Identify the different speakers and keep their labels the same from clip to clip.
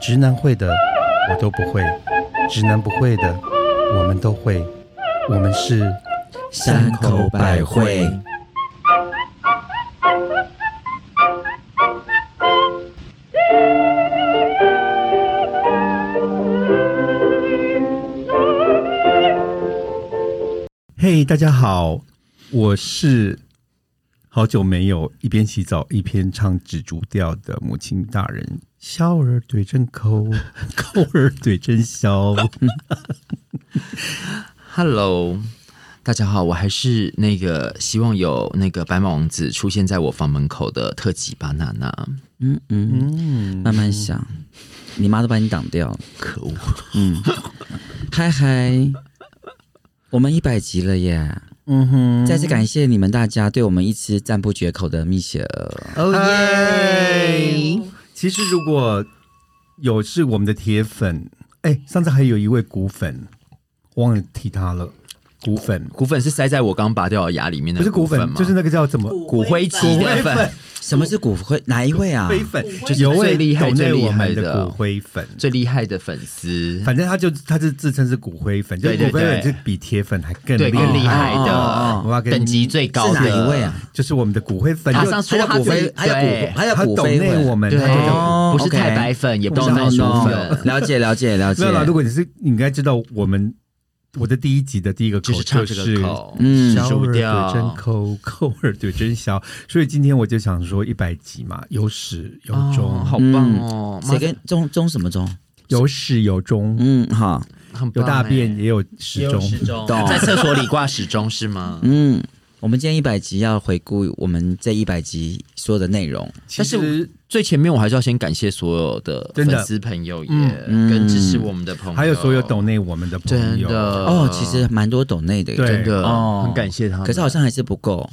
Speaker 1: 直男会的我都不会，直男不会的我们都会，我们是
Speaker 2: 山口百惠。
Speaker 1: 嘿大家好，我是好久没有一边洗澡一边唱《紫竹调》的母亲大人。笑儿对真抠， 抠儿对真笑。
Speaker 2: Hello，大家好，我还是那个希望有那个白马王子出现在我房门口的特级巴娜娜。
Speaker 3: 嗯嗯，
Speaker 1: 嗯，
Speaker 3: 慢慢想，你妈都把你挡掉了。
Speaker 2: 可恶！
Speaker 3: 嗯，嗨嗨，我们一百集了耶！
Speaker 1: 嗯哼，
Speaker 3: 再次感谢你们大家对我们一直赞不绝口的蜜雪儿。
Speaker 2: 哦
Speaker 1: 耶！其实如果有是我们的铁粉，哎，上次还有一位骨粉，忘了提他了，骨粉
Speaker 2: 骨粉是塞在我刚拔掉的牙里面的，
Speaker 1: 不是骨粉，
Speaker 2: 吗？
Speaker 1: 就是那个叫怎么
Speaker 2: 骨灰级
Speaker 1: 骨
Speaker 2: 的
Speaker 1: 灰粉，、
Speaker 3: 什么是骨灰？哪一位啊？
Speaker 1: 灰粉，
Speaker 2: 就是
Speaker 1: 有位
Speaker 2: 最厉害
Speaker 1: 抖内
Speaker 2: 最厉
Speaker 1: 我
Speaker 2: 害
Speaker 1: 们
Speaker 2: 的
Speaker 1: 的骨灰粉。
Speaker 2: 最厉害的粉丝，
Speaker 1: 反正他就他就自称是骨灰粉，就是
Speaker 2: 对对
Speaker 1: 骨灰粉
Speaker 2: 对
Speaker 1: 是比铁粉还更
Speaker 2: 对
Speaker 1: 厉害
Speaker 2: 更厉害
Speaker 3: 哦哦
Speaker 1: 我
Speaker 2: 的
Speaker 1: 要跟你
Speaker 2: 等级最高
Speaker 3: 是
Speaker 2: 的
Speaker 3: 哪一位？啊？
Speaker 1: 就是我们的骨灰粉，
Speaker 2: 他
Speaker 1: 就
Speaker 2: 上次
Speaker 3: 还有
Speaker 2: 说他
Speaker 3: 骨
Speaker 2: 自
Speaker 3: 灰
Speaker 2: 己，
Speaker 3: 还有骨，
Speaker 2: 对
Speaker 3: 还有
Speaker 1: 他
Speaker 3: 骨
Speaker 1: 抖
Speaker 3: 灰
Speaker 1: 内
Speaker 3: 粉
Speaker 1: 我们，
Speaker 2: 对
Speaker 1: 他就叫
Speaker 3: 哦，
Speaker 2: 不是
Speaker 3: OK
Speaker 2: 太白粉，也不是
Speaker 1: 不是
Speaker 2: 耐
Speaker 1: 很
Speaker 2: 薯
Speaker 1: 懂
Speaker 2: 粉，
Speaker 3: 哎了解了解了解
Speaker 1: 没有。啦，如果你是，你应该知道我们我的第一集的第一个口
Speaker 2: 就是唱这
Speaker 1: 哦是
Speaker 2: 个口，
Speaker 3: 嗯
Speaker 1: 小
Speaker 2: 收
Speaker 1: 耳朵
Speaker 2: 掉
Speaker 1: 真 抠，抠耳朵真小。所以今天我就想说，一百集嘛，有始有终，
Speaker 2: 哦好棒哦！
Speaker 1: 嗯
Speaker 2: 妈
Speaker 3: 谁跟中中什么中？
Speaker 1: 有始有终，
Speaker 3: 嗯，好，
Speaker 2: 很
Speaker 1: 有
Speaker 2: 棒
Speaker 1: 大便
Speaker 2: 欸
Speaker 1: 也有始终。
Speaker 2: 钟
Speaker 3: 懂
Speaker 2: 在厕所里挂时钟是吗？
Speaker 3: 嗯，我们今天一百集要回顾我们这一百集所有的内容。
Speaker 1: 其
Speaker 2: 但
Speaker 1: 实
Speaker 2: 是最前面我还是要先感谢所有的
Speaker 1: 真的
Speaker 2: 粉丝朋友耶，
Speaker 1: 嗯
Speaker 2: 跟支持我们的朋友，
Speaker 1: 还有所有懂内我们的朋
Speaker 2: 真
Speaker 1: 友，啊
Speaker 2: 的
Speaker 3: 哦，其实蛮多抖内的耶，
Speaker 1: 对
Speaker 2: 真的
Speaker 3: 哦
Speaker 2: 很感谢他们。
Speaker 3: 可是好像还是不够，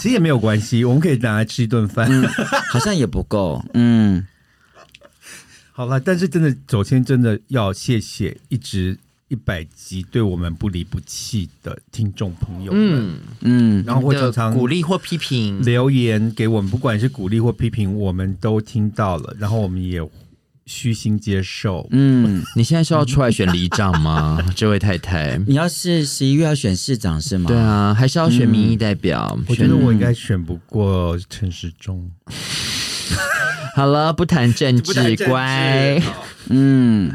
Speaker 1: 其实也没有关系，我们可以拿来吃一顿饭。
Speaker 2: 嗯
Speaker 3: 好像也不够。嗯，
Speaker 1: 好了，但是真的，首先真的要谢谢一直一百集对我们不离不弃的听众朋友们。
Speaker 2: 嗯，
Speaker 3: 嗯，
Speaker 1: 然后会
Speaker 2: 你的
Speaker 1: 常常
Speaker 2: 鼓励或批评，
Speaker 1: 留言给我们，不管是鼓励或批评，我们都听到了，然后我们也虚心接受。
Speaker 3: 嗯，
Speaker 2: 你现在是要出来选里长 吗？这位太
Speaker 1: 嗯
Speaker 2: 太，
Speaker 3: 你要是十一月要选市长是吗？
Speaker 2: 对，啊，还是要选民意代表？
Speaker 1: 嗯我觉
Speaker 2: 选
Speaker 1: 得我应该选不过陈时中，
Speaker 2: 好了，不谈政治，乖。
Speaker 3: 嗯，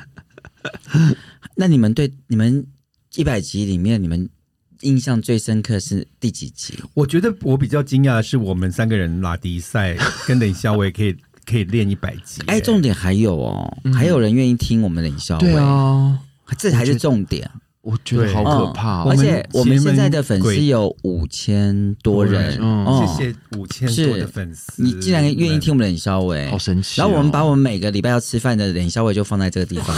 Speaker 3: 那你们对你们一百集里面，你们印象最深刻是第几集？
Speaker 1: 我觉得我比较惊讶的是，我们三个人拉迪赛跟冷笑伟可以可以练一百集。
Speaker 3: 哎，重点还有哦，还有人愿意听我们冷笑话，
Speaker 2: 嗯
Speaker 3: 哎
Speaker 2: 对，啊，
Speaker 3: 这才是重点。嗯
Speaker 2: 我觉得
Speaker 1: 对
Speaker 2: 好可怕
Speaker 1: 我
Speaker 2: 哦
Speaker 3: 而
Speaker 1: 们。
Speaker 3: 且我们现在的粉丝有五千多
Speaker 1: 多
Speaker 3: 人，
Speaker 1: 人
Speaker 2: 嗯
Speaker 3: 哦
Speaker 1: 谢谢五千多的粉丝，
Speaker 3: 你竟然愿意听我们冷笑伟，
Speaker 2: 好神奇哦
Speaker 3: 然后我们把我们每个礼拜要吃饭的冷笑伟就放在这个地方，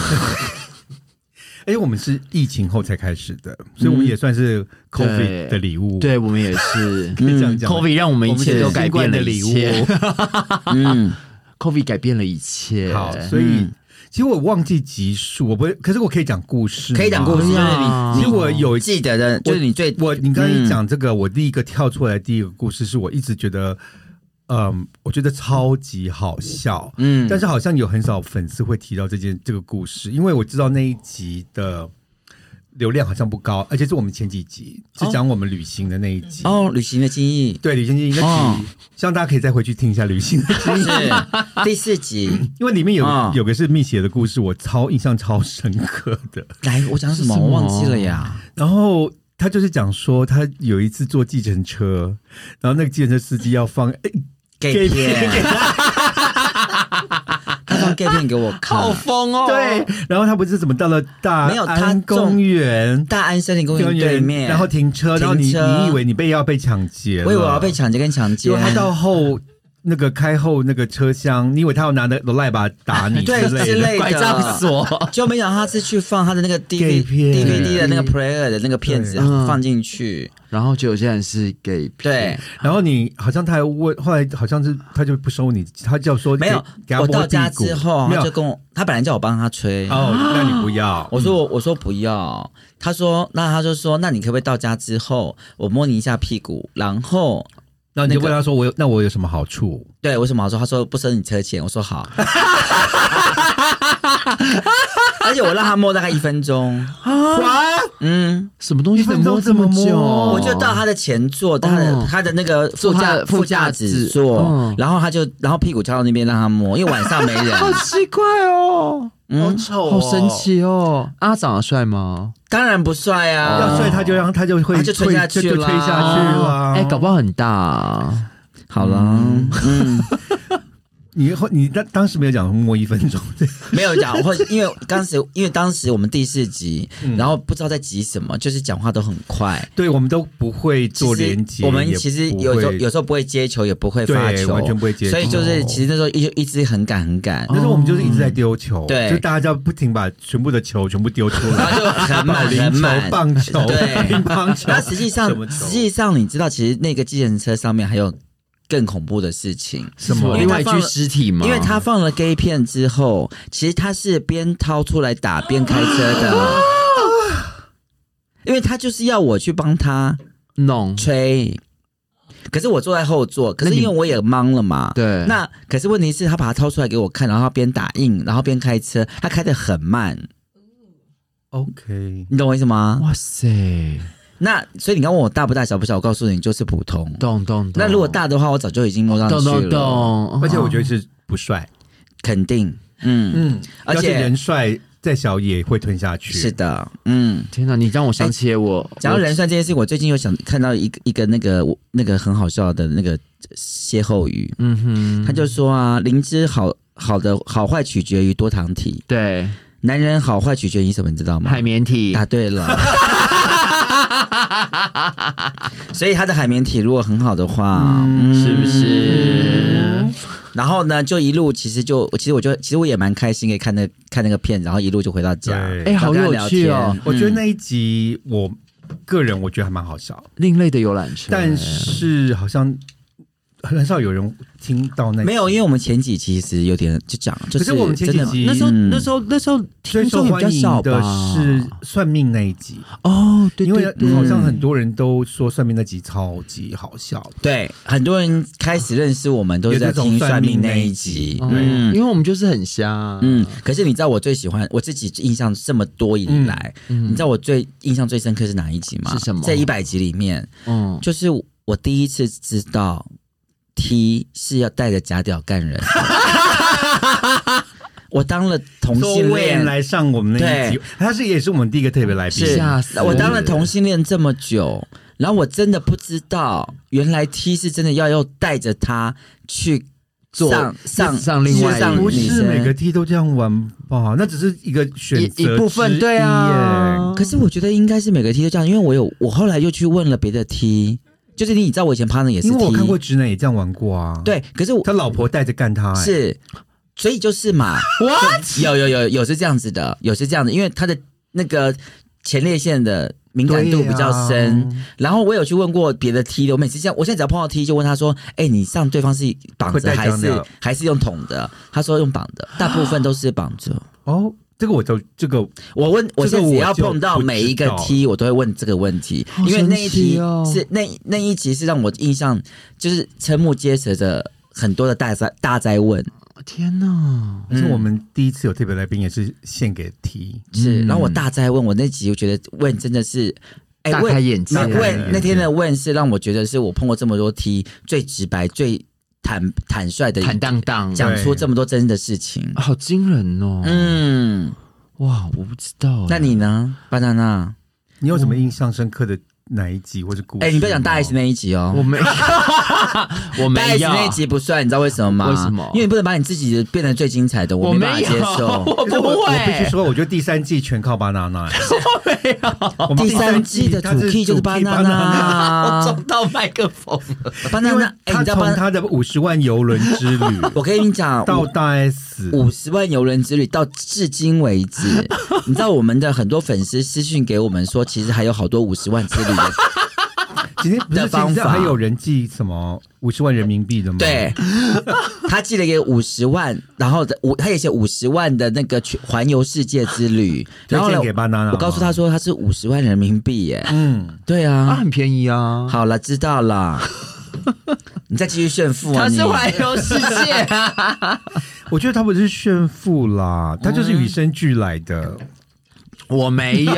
Speaker 1: 哎，我们是疫情后才开始的，所以我们也算是 COVID
Speaker 2: 对
Speaker 1: 的礼物，，
Speaker 2: 对我们也 是
Speaker 1: 可以这样讲吗。
Speaker 2: ，COVID 让我们一切都改变了一
Speaker 1: 我们是新冠的礼
Speaker 2: 切
Speaker 1: 物。
Speaker 3: 嗯，
Speaker 2: ，COVID 改变了一切。
Speaker 1: 好，所以、
Speaker 3: 嗯
Speaker 1: 其实我忘记集数，我不，可是我可以讲故事吗，
Speaker 3: 可以讲故事，就是
Speaker 2: 啊
Speaker 3: 你
Speaker 1: 其实
Speaker 3: 你
Speaker 1: 我有
Speaker 3: 记得的，就是你最
Speaker 1: 嗯
Speaker 3: 嗯
Speaker 1: 我你刚才一讲这个，我第一个跳出来的第一个故事是我一直觉得，嗯，我觉得超级好笑，
Speaker 3: 嗯
Speaker 1: 但是好像有很少粉丝会提到这件这个故事，因为我知道那一集的流量好像不高，而且是我们前几集是讲我们旅行的那一集。
Speaker 3: 哦，旅行的 经历
Speaker 1: 对旅行经那集，
Speaker 3: 哦
Speaker 1: 希望大家可以再回去听一下旅行的经历，
Speaker 3: 是第四集，
Speaker 1: 因为里面有、
Speaker 3: 哦
Speaker 1: 有个是蜜雪的故事，我超印象超深刻的。
Speaker 3: 来我讲什
Speaker 2: 是
Speaker 3: 么
Speaker 2: 什么
Speaker 3: 我忘记了呀？
Speaker 1: 然后他就是讲说，他有一次坐计程车，然后那个计程车司机要放，哎
Speaker 3: gay
Speaker 1: 片
Speaker 3: 片， 他放 gay 片给我看，
Speaker 2: 疯哦
Speaker 1: 对，然后他不是怎么到了大
Speaker 3: 没有他
Speaker 1: 安
Speaker 3: 中
Speaker 1: 公园
Speaker 3: 大安森林公
Speaker 1: 公
Speaker 3: 园
Speaker 1: 园
Speaker 3: 对面，
Speaker 1: 然后停车，然后你
Speaker 3: 停车
Speaker 1: 你以为你被要被抢劫了，
Speaker 3: 我以为我要被抢劫跟强
Speaker 1: 结
Speaker 3: 奸
Speaker 1: 果，他到后。那个开后那个车厢，你以为他要拿那个赖把打 你
Speaker 3: 对
Speaker 1: 之
Speaker 3: 之
Speaker 1: 类的，
Speaker 3: 类的
Speaker 2: 拐杖锁。
Speaker 3: 就没想到他是去放他的那个
Speaker 1: gay
Speaker 3: DVD
Speaker 1: 片
Speaker 3: DVD 的那个 player 的那个片子
Speaker 1: 对
Speaker 2: 嗯
Speaker 3: 放进去，
Speaker 2: 然后就有些人是给
Speaker 3: 对，
Speaker 1: 然后你好像他还问，后来好像是他就不收你，他就说
Speaker 3: 没有
Speaker 1: 给给，他
Speaker 3: 我
Speaker 1: 摸
Speaker 3: 到家
Speaker 1: 屁股
Speaker 3: 之后，
Speaker 1: 没
Speaker 3: 他
Speaker 1: 有
Speaker 3: 就跟我，他本来叫我帮他吹，
Speaker 1: 哦，那你不要，
Speaker 2: 嗯
Speaker 3: 我说我我说不要，他说那他就说那你可不可以到家之后我摸你一下屁股，然后
Speaker 1: 然后你就
Speaker 3: 那个
Speaker 1: 问他说：“我有那我有什么好处
Speaker 3: 对，为什么我说？他说不收你车钱，我说好。 而且我让他摸大概一分钟，
Speaker 2: 哇，
Speaker 3: 嗯，
Speaker 2: 什么东西
Speaker 1: 一分
Speaker 2: 能
Speaker 1: 钟
Speaker 2: 摸
Speaker 1: 怎
Speaker 2: 这
Speaker 1: 么
Speaker 2: 么
Speaker 1: 摸
Speaker 2: 久？
Speaker 1: 我
Speaker 3: 我就到他的前座，他的、
Speaker 2: 哦
Speaker 3: 他的那个副
Speaker 2: 坐他的
Speaker 3: 驾
Speaker 2: 副
Speaker 3: 副驾
Speaker 2: 驾
Speaker 3: 驶
Speaker 2: 驶
Speaker 3: 座，
Speaker 2: 嗯
Speaker 3: 然后他就然后屁股翘到那边让他摸，因为晚上没人，
Speaker 2: 好奇怪哦，
Speaker 1: 好
Speaker 3: 嗯，
Speaker 1: 丑、
Speaker 2: 好神！奇哦。啊，长得帅吗？
Speaker 3: 当然不帅啊，
Speaker 1: 要帅他就让他就会
Speaker 3: 他就吹
Speaker 1: 退
Speaker 3: 下去
Speaker 1: 就就
Speaker 3: 啦
Speaker 1: 吹下去了。
Speaker 2: 哎，搞不
Speaker 1: 好
Speaker 2: 好很大啊。
Speaker 3: 好了，嗯，
Speaker 1: 你后你当当时没有讲摸一分钟，对
Speaker 3: 没有讲，或因为当时因为当时我们第四集，
Speaker 1: 嗯
Speaker 3: 然后不知道在急什么，就是讲话都很快。
Speaker 1: 对，我们都不会
Speaker 3: 其
Speaker 1: 做
Speaker 3: 实
Speaker 1: 连接，
Speaker 3: 我们
Speaker 1: 也
Speaker 3: 其实
Speaker 1: 不
Speaker 3: 有时候
Speaker 1: 会
Speaker 3: 有时候不会接球，也不会发
Speaker 1: 对
Speaker 3: 球，
Speaker 1: 完全不会接球哦
Speaker 3: 所以就是其实那时候一一直很赶很赶，
Speaker 1: 那时候我们就是一直在丢球，
Speaker 3: 哦对
Speaker 1: 就大家就要不停把全部的球全部丢出
Speaker 3: 然后
Speaker 1: 来，
Speaker 3: 就很
Speaker 1: 保
Speaker 3: 满
Speaker 1: 龄
Speaker 3: 很
Speaker 1: 球、
Speaker 3: 满。
Speaker 1: 棒球、
Speaker 3: 对
Speaker 1: 乒乓球，
Speaker 3: 那实际
Speaker 1: 什么
Speaker 3: 上
Speaker 1: 球
Speaker 3: 实际上你知道，其实那个计程车上面还有更恐怖的事情。
Speaker 1: 什么
Speaker 3: 因为
Speaker 2: 另
Speaker 3: 他
Speaker 2: 外一
Speaker 3: 放
Speaker 2: 具
Speaker 3: 了
Speaker 2: 尸体吗？
Speaker 3: 因为他放了 gay 片之后，其实他是边掏出来打边开车的，因为他就是要我去帮他
Speaker 2: 弄
Speaker 3: 吹，可是我坐在后座，可是
Speaker 2: 那你
Speaker 3: 因为我也懵了嘛，
Speaker 2: 对，
Speaker 3: 那可是问题是他把它掏出来给我看，然后他边打印，然后边开车，他开的很慢，
Speaker 1: OK，
Speaker 3: 你懂我意思吗？
Speaker 2: 哇塞，
Speaker 3: 那所以你刚问我大不大小不小，我告诉你就是普通。
Speaker 2: 咚咚咚。
Speaker 3: 那如果大的话，我早就已经摸上去
Speaker 2: 咚咚
Speaker 3: 了，
Speaker 2: 咚，
Speaker 1: 而且我
Speaker 3: 哦
Speaker 2: 得
Speaker 1: 觉得是不帅，
Speaker 3: 肯定，嗯，
Speaker 1: 嗯，
Speaker 3: 而
Speaker 1: 要是
Speaker 3: 且
Speaker 1: 人帅再小也会吞下去，
Speaker 3: 是的，嗯。
Speaker 2: 天哪，你让我想起我
Speaker 3: 哎讲到人算这件事，我最近又想看到一个一个那个我那个很好笑的那个歇后语，
Speaker 2: 嗯哼，
Speaker 3: 他就说啊，灵芝好好的好坏取决于多糖体，
Speaker 2: 对
Speaker 3: 男人好坏取决于什么，你知道吗
Speaker 2: 海？绵体
Speaker 3: 答对了。 所以他的海绵体如果很好的话，嗯
Speaker 2: 是不是？
Speaker 3: 然后呢，就一路其实就其实我就其实我也蛮开心，可以看那看那个片，然后一路就回到家。
Speaker 1: 对
Speaker 2: 哎，好
Speaker 3: 然
Speaker 2: 有
Speaker 3: 后跟他聊
Speaker 2: 趣哦
Speaker 3: 天，
Speaker 1: 我觉得那一集我个人我觉得还蛮好笑，
Speaker 2: 另类的游览车。
Speaker 1: 但是好像很很少有人听到那
Speaker 3: 没有，因为
Speaker 1: 为
Speaker 3: 我们前几集其实有点就讲，就
Speaker 1: 可是我们前几
Speaker 3: 真的
Speaker 1: 集
Speaker 2: 那时候
Speaker 3: 嗯
Speaker 2: 那时候那时候
Speaker 1: 最
Speaker 2: 听
Speaker 1: 受
Speaker 2: 众也比较
Speaker 1: 欢迎
Speaker 2: 少
Speaker 1: 的
Speaker 2: 吧？
Speaker 1: 是算命那一集，
Speaker 2: 哦，对，
Speaker 1: 因为
Speaker 2: 对
Speaker 1: 好像
Speaker 3: 嗯
Speaker 1: 很多人都说算命那集超级好笑的，
Speaker 3: 对，很多人开始认识我们都是在听算命那一
Speaker 1: 有
Speaker 3: 集。
Speaker 1: 这种算命
Speaker 2: 嗯
Speaker 3: 嗯
Speaker 2: 因为我们就是很瞎，
Speaker 3: 嗯，可是你知道我最喜欢我自己印象这么多以来，你知道我最印象最深刻是哪一集吗？
Speaker 2: 嗯是什么
Speaker 3: 在一百集里面，
Speaker 2: 嗯，
Speaker 3: 就是我第一次知道 T 是要带着假屌干人的。我当了同
Speaker 1: 说
Speaker 3: 性
Speaker 1: 未
Speaker 3: 恋，
Speaker 1: 来上我们那一集，他是也是我们第一个特别来宾，
Speaker 3: 是
Speaker 2: 吓死
Speaker 3: 我当
Speaker 2: 人
Speaker 3: 了同性恋这么久，然后我真的不知道，原来 T 是真的要要带着他去
Speaker 2: 做
Speaker 3: 上上
Speaker 2: 上另外一
Speaker 3: 上
Speaker 1: 不
Speaker 3: 女
Speaker 1: 是
Speaker 3: 生
Speaker 1: 每个 T 都这样玩吧？那只是一个选择
Speaker 2: 一一部
Speaker 1: 之
Speaker 2: 分
Speaker 1: 一
Speaker 2: 对啊
Speaker 1: 耶，
Speaker 3: 可是我觉得应该是每个 T 都这样，因为我有我后来又去问了别的 T，就是你知道我以前 partner 也是 T，
Speaker 1: 因为我看过直男也这样玩过啊，，
Speaker 3: 对，可是我
Speaker 1: 他老婆带着干他、哎，
Speaker 3: 是，所以就是嘛，what 有有有有是这样子的，有是这样子，因为他的那个前列腺的敏感度比较深，
Speaker 1: 对
Speaker 3: 然后我有去问过别的 T 的，我每次这样，我现在只要碰到 T 就问他说，哎、你上对方是绑
Speaker 1: 会
Speaker 3: 着
Speaker 1: 带
Speaker 3: 还
Speaker 1: 钢
Speaker 3: 是
Speaker 1: 料
Speaker 3: 还是用捅的？他说用绑的，大部分都是绑着。
Speaker 1: 哦，这个我就这个
Speaker 3: 我问，我现在只要碰到每一个
Speaker 1: 这个我就不知
Speaker 3: T，我都会问这个问题，
Speaker 2: 好神奇
Speaker 3: 因为那一题
Speaker 2: 哦
Speaker 3: 是那那一集是让我印象就是瞠目结舌的很多的大灾大灾问
Speaker 2: 哦天哪，
Speaker 3: 嗯
Speaker 1: 而且我们第一次有特别来宾也是献给 T，
Speaker 3: 是，
Speaker 2: 嗯
Speaker 3: 然后我大灾问，我那集我觉得问真的是，哎、
Speaker 2: 大开
Speaker 3: 问
Speaker 2: 眼界啊
Speaker 3: 那
Speaker 1: 大开眼
Speaker 3: 问
Speaker 1: 界
Speaker 3: 那天的问是让我觉得是我碰过这么多 T 最直白最坦坦率的
Speaker 2: 坦荡荡，
Speaker 3: 讲出这么多真的事情，
Speaker 2: 好惊人哦！
Speaker 3: 嗯，
Speaker 2: 哇，我不知道。
Speaker 3: 那你呢，巴娜娜？
Speaker 1: 你有什么印象深刻的哪一集或是故事吗？
Speaker 3: 哎、你不要讲大 S 那一集哦，
Speaker 2: 我没有，我没
Speaker 3: 大 S
Speaker 2: 有
Speaker 3: 那一集不算，你知道为什么吗？
Speaker 2: 为什么
Speaker 3: 因为你不能把你自己变得最精彩的，我没办
Speaker 2: 没
Speaker 3: 法
Speaker 2: 有，
Speaker 3: 接受。
Speaker 2: 我
Speaker 1: 可是
Speaker 2: 不
Speaker 1: 我我必须
Speaker 2: 会。
Speaker 1: 说，我觉得第三季全靠巴娜娜。我们
Speaker 3: 啊第三季
Speaker 1: 季
Speaker 3: 的主 key 就是巴
Speaker 1: 娜，
Speaker 3: 娜 娜，
Speaker 2: 撞到麦克风了，
Speaker 3: 巴娜
Speaker 1: 因为
Speaker 3: 娜，哎，
Speaker 1: 他
Speaker 3: 你知道巴
Speaker 1: 从
Speaker 3: 娜？
Speaker 1: 他的五十万游轮之旅
Speaker 3: 我跟你讲，
Speaker 1: 到大 S，
Speaker 3: 五十万游轮之旅到至今为止，你知道我们的很多粉丝私讯给我们说，其实还有好多五十万之旅 的，
Speaker 1: 今天不
Speaker 3: 的
Speaker 1: 是
Speaker 3: 方法
Speaker 1: 现在还有人寄什么五十万人民币的吗？
Speaker 3: 对，他寄了一个五十万，然后的五，他也写五十万的那个去环游世界之 旅，
Speaker 1: 推
Speaker 3: 然后呢
Speaker 1: 荐给巴娜娜吗。
Speaker 3: 我告诉
Speaker 2: 啊
Speaker 3: 他说他是五十万人民币耶，
Speaker 1: 嗯，
Speaker 3: 对啊
Speaker 2: 啊，，很便宜啊。
Speaker 3: 好了，知道了。你再继续炫富啊
Speaker 2: 他
Speaker 3: 你！
Speaker 2: 是环游世界啊！
Speaker 1: 我觉得他不是炫富
Speaker 2: 嗯
Speaker 1: 啦，他就是与生俱来的。
Speaker 2: 我没有，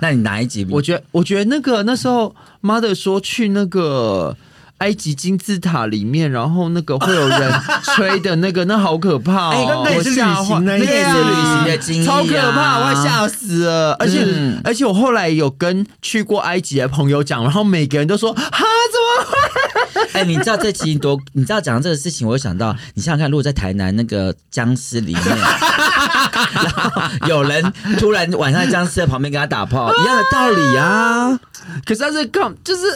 Speaker 3: 那你哪一
Speaker 1: 嗯
Speaker 3: 集？
Speaker 2: 我觉得我觉得那个那时候妈的说去那个。埃及金字塔里面，然后那个会有人吹的那个，那 好可怕
Speaker 1: 哎
Speaker 2: 哦！
Speaker 1: 那也是
Speaker 2: 我
Speaker 1: 旅
Speaker 2: 吓坏
Speaker 1: 行那一
Speaker 3: 那个
Speaker 2: 对
Speaker 3: 也
Speaker 2: 啊
Speaker 3: 是旅行的经历、啊，
Speaker 2: 超可怕，我快吓死
Speaker 1: 嗯
Speaker 2: 了！而且、而且我后来有跟去过埃及的朋友讲，然后每个人都说哈，怎么
Speaker 3: 哎、你知道这期多？你知道讲这个事情，我就想到，你想想看，如果在台南那个僵尸里面， 然后有人突然晚上在僵尸的旁边跟他打炮，一样的道理啊。
Speaker 2: 可是他是刚就是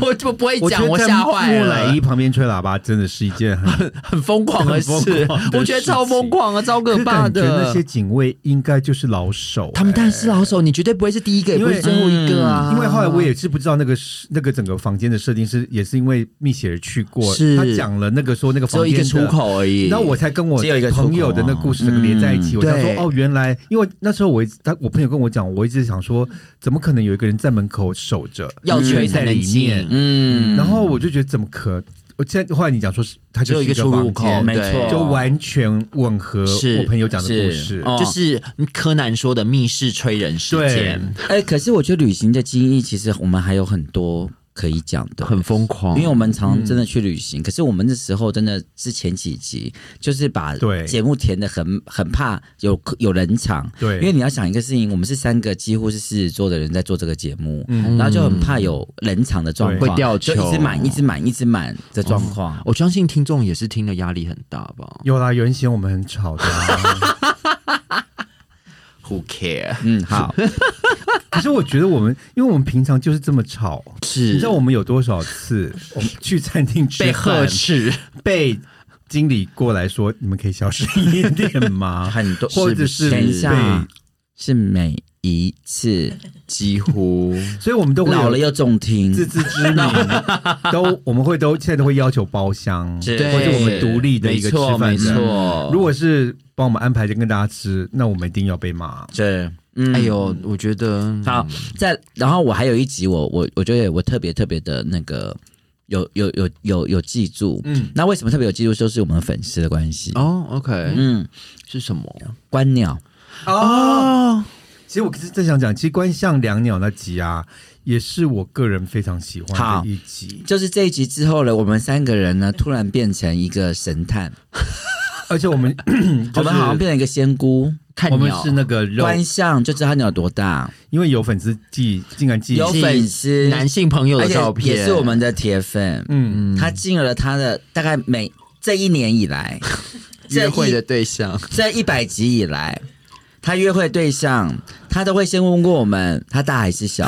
Speaker 2: 我我不会
Speaker 1: 我觉
Speaker 2: 讲，
Speaker 1: 得
Speaker 2: 我
Speaker 1: 在
Speaker 2: 吓坏
Speaker 1: 木乃
Speaker 2: 了
Speaker 1: 伊，旁边吹喇叭真的是一件很
Speaker 2: 很疯狂的
Speaker 1: 很
Speaker 2: 事
Speaker 1: 疯狂，的
Speaker 2: 我觉得
Speaker 1: 事
Speaker 2: 超疯
Speaker 1: 情
Speaker 2: 狂啊，超可
Speaker 1: 可
Speaker 2: 怕
Speaker 1: 感觉那
Speaker 2: 的
Speaker 1: 些。警卫应该就是老手、
Speaker 2: 他们
Speaker 1: 哎
Speaker 2: 当然是老手，你绝对不会是第一个，也
Speaker 1: 因
Speaker 2: 不
Speaker 1: 为
Speaker 2: 是最后一个啊。
Speaker 1: 因为后来我也是不知道那个是那个整个房间的设定是，也是因为蜜雪儿去过，
Speaker 2: 是
Speaker 1: 他讲了那个说那个
Speaker 2: 只
Speaker 1: 房
Speaker 2: 有
Speaker 1: 间
Speaker 2: 一个
Speaker 1: 的
Speaker 2: 出，口而已。
Speaker 1: 那我才跟我
Speaker 3: 只有一个出口
Speaker 1: 朋友的那故事整个连在一起。
Speaker 3: 嗯
Speaker 1: 我想
Speaker 2: 啊对
Speaker 1: 说哦，原来因为那时候我一直他我朋友跟我讲，我一直想说，怎么可能有一个人在门口守着
Speaker 2: 要吹才
Speaker 1: 在
Speaker 2: 能
Speaker 1: 里面？
Speaker 2: 进，
Speaker 3: 嗯，
Speaker 1: 然后我就觉得怎么可？我现在后来你讲说是，他
Speaker 2: 只
Speaker 1: 就
Speaker 2: 有
Speaker 1: 是
Speaker 2: 一个出入
Speaker 1: 房
Speaker 2: 口，
Speaker 1: 间
Speaker 3: 没
Speaker 2: 对
Speaker 3: 错
Speaker 1: 就完全吻合
Speaker 2: 是
Speaker 1: 我朋友讲的故事
Speaker 3: 是。哦
Speaker 2: 就是柯南说的密室吹人事
Speaker 1: 对
Speaker 2: 件，，
Speaker 3: 哎、可是我觉得旅行的经历，其实我们还有很多可以讲的。
Speaker 1: 哦
Speaker 2: 很疯狂。
Speaker 3: 因为我们常常真的去旅行，
Speaker 1: 嗯
Speaker 3: 可是我们那时候真的之前几集就是把
Speaker 1: 对
Speaker 3: 节目填的很很怕有有冷场，
Speaker 1: 对
Speaker 3: 因为你要想一个事情，我们是三个几乎是狮子座的人在做这个节目，
Speaker 1: 嗯
Speaker 3: 然后就很怕有冷场的状
Speaker 1: 对
Speaker 3: 况，
Speaker 2: 会掉
Speaker 3: 就
Speaker 2: 球哦
Speaker 3: 一直满一直满一直满的状况。
Speaker 2: 我相信听众也是听的压力很大吧
Speaker 1: 有啦，有人嫌我们很吵的啊、
Speaker 2: ？Who care？
Speaker 3: 嗯，好，
Speaker 1: 可是我觉得我们，因为我们平常就是这么吵，
Speaker 2: 是
Speaker 1: 你知道我们有多少次我们去餐厅吃
Speaker 2: 被
Speaker 1: 饭
Speaker 2: 呵斥，
Speaker 1: 被经理过来说你们可以小声一点吗？
Speaker 3: 很多
Speaker 1: 或者
Speaker 3: 等一
Speaker 1: 是
Speaker 3: 下
Speaker 1: 被，
Speaker 3: 是每一次
Speaker 2: 几 乎
Speaker 1: 所以我们都会有
Speaker 3: 老了又重听，
Speaker 1: 自知之明，都我们会都现在都会要求包厢，
Speaker 3: 是
Speaker 1: 或者我们独立的一个吃饭
Speaker 2: 没错。
Speaker 1: 的。
Speaker 2: 没
Speaker 3: 哦
Speaker 2: 错
Speaker 1: 如果是帮我们安排着跟大家吃，那我们一定要被骂。
Speaker 3: 对，嗯
Speaker 2: 哎呦，我觉得
Speaker 3: 好，在然后我还有一集我，我我觉得我特别特别的那个有有有有有记住，
Speaker 1: 嗯
Speaker 3: 嗯，那为什么特别有记住，就是我们粉丝的关系，
Speaker 2: 哦，OK，
Speaker 3: 嗯，
Speaker 2: 是什么？
Speaker 3: 观鸟，
Speaker 1: 哦，
Speaker 2: 哦，
Speaker 1: 其实我是正想讲，其实关向两鸟那集啊，也是我个人非常喜欢
Speaker 3: 好
Speaker 1: 的一集。
Speaker 3: 就是这一集之后呢，我们三个人呢突然变成一个神探，
Speaker 1: 而且我 们就是
Speaker 3: 我们好像哦变成一个仙姑，
Speaker 2: 看
Speaker 1: 我们
Speaker 2: 鸟
Speaker 1: 是那个肉，
Speaker 3: 观相就知道他鸟多大，
Speaker 1: 因为有粉丝寄，竟然寄
Speaker 3: 有粉丝
Speaker 2: 男性朋友
Speaker 3: 而
Speaker 2: 的
Speaker 3: 且
Speaker 2: 照片，
Speaker 3: 也是我们的铁粉，
Speaker 1: 嗯，
Speaker 3: 他进了他的大概每这一年以来这
Speaker 2: 约
Speaker 3: 一
Speaker 2: 会的对象。
Speaker 3: 这一百集以来，他约会对象，他都会先问过我们，他大还 是小？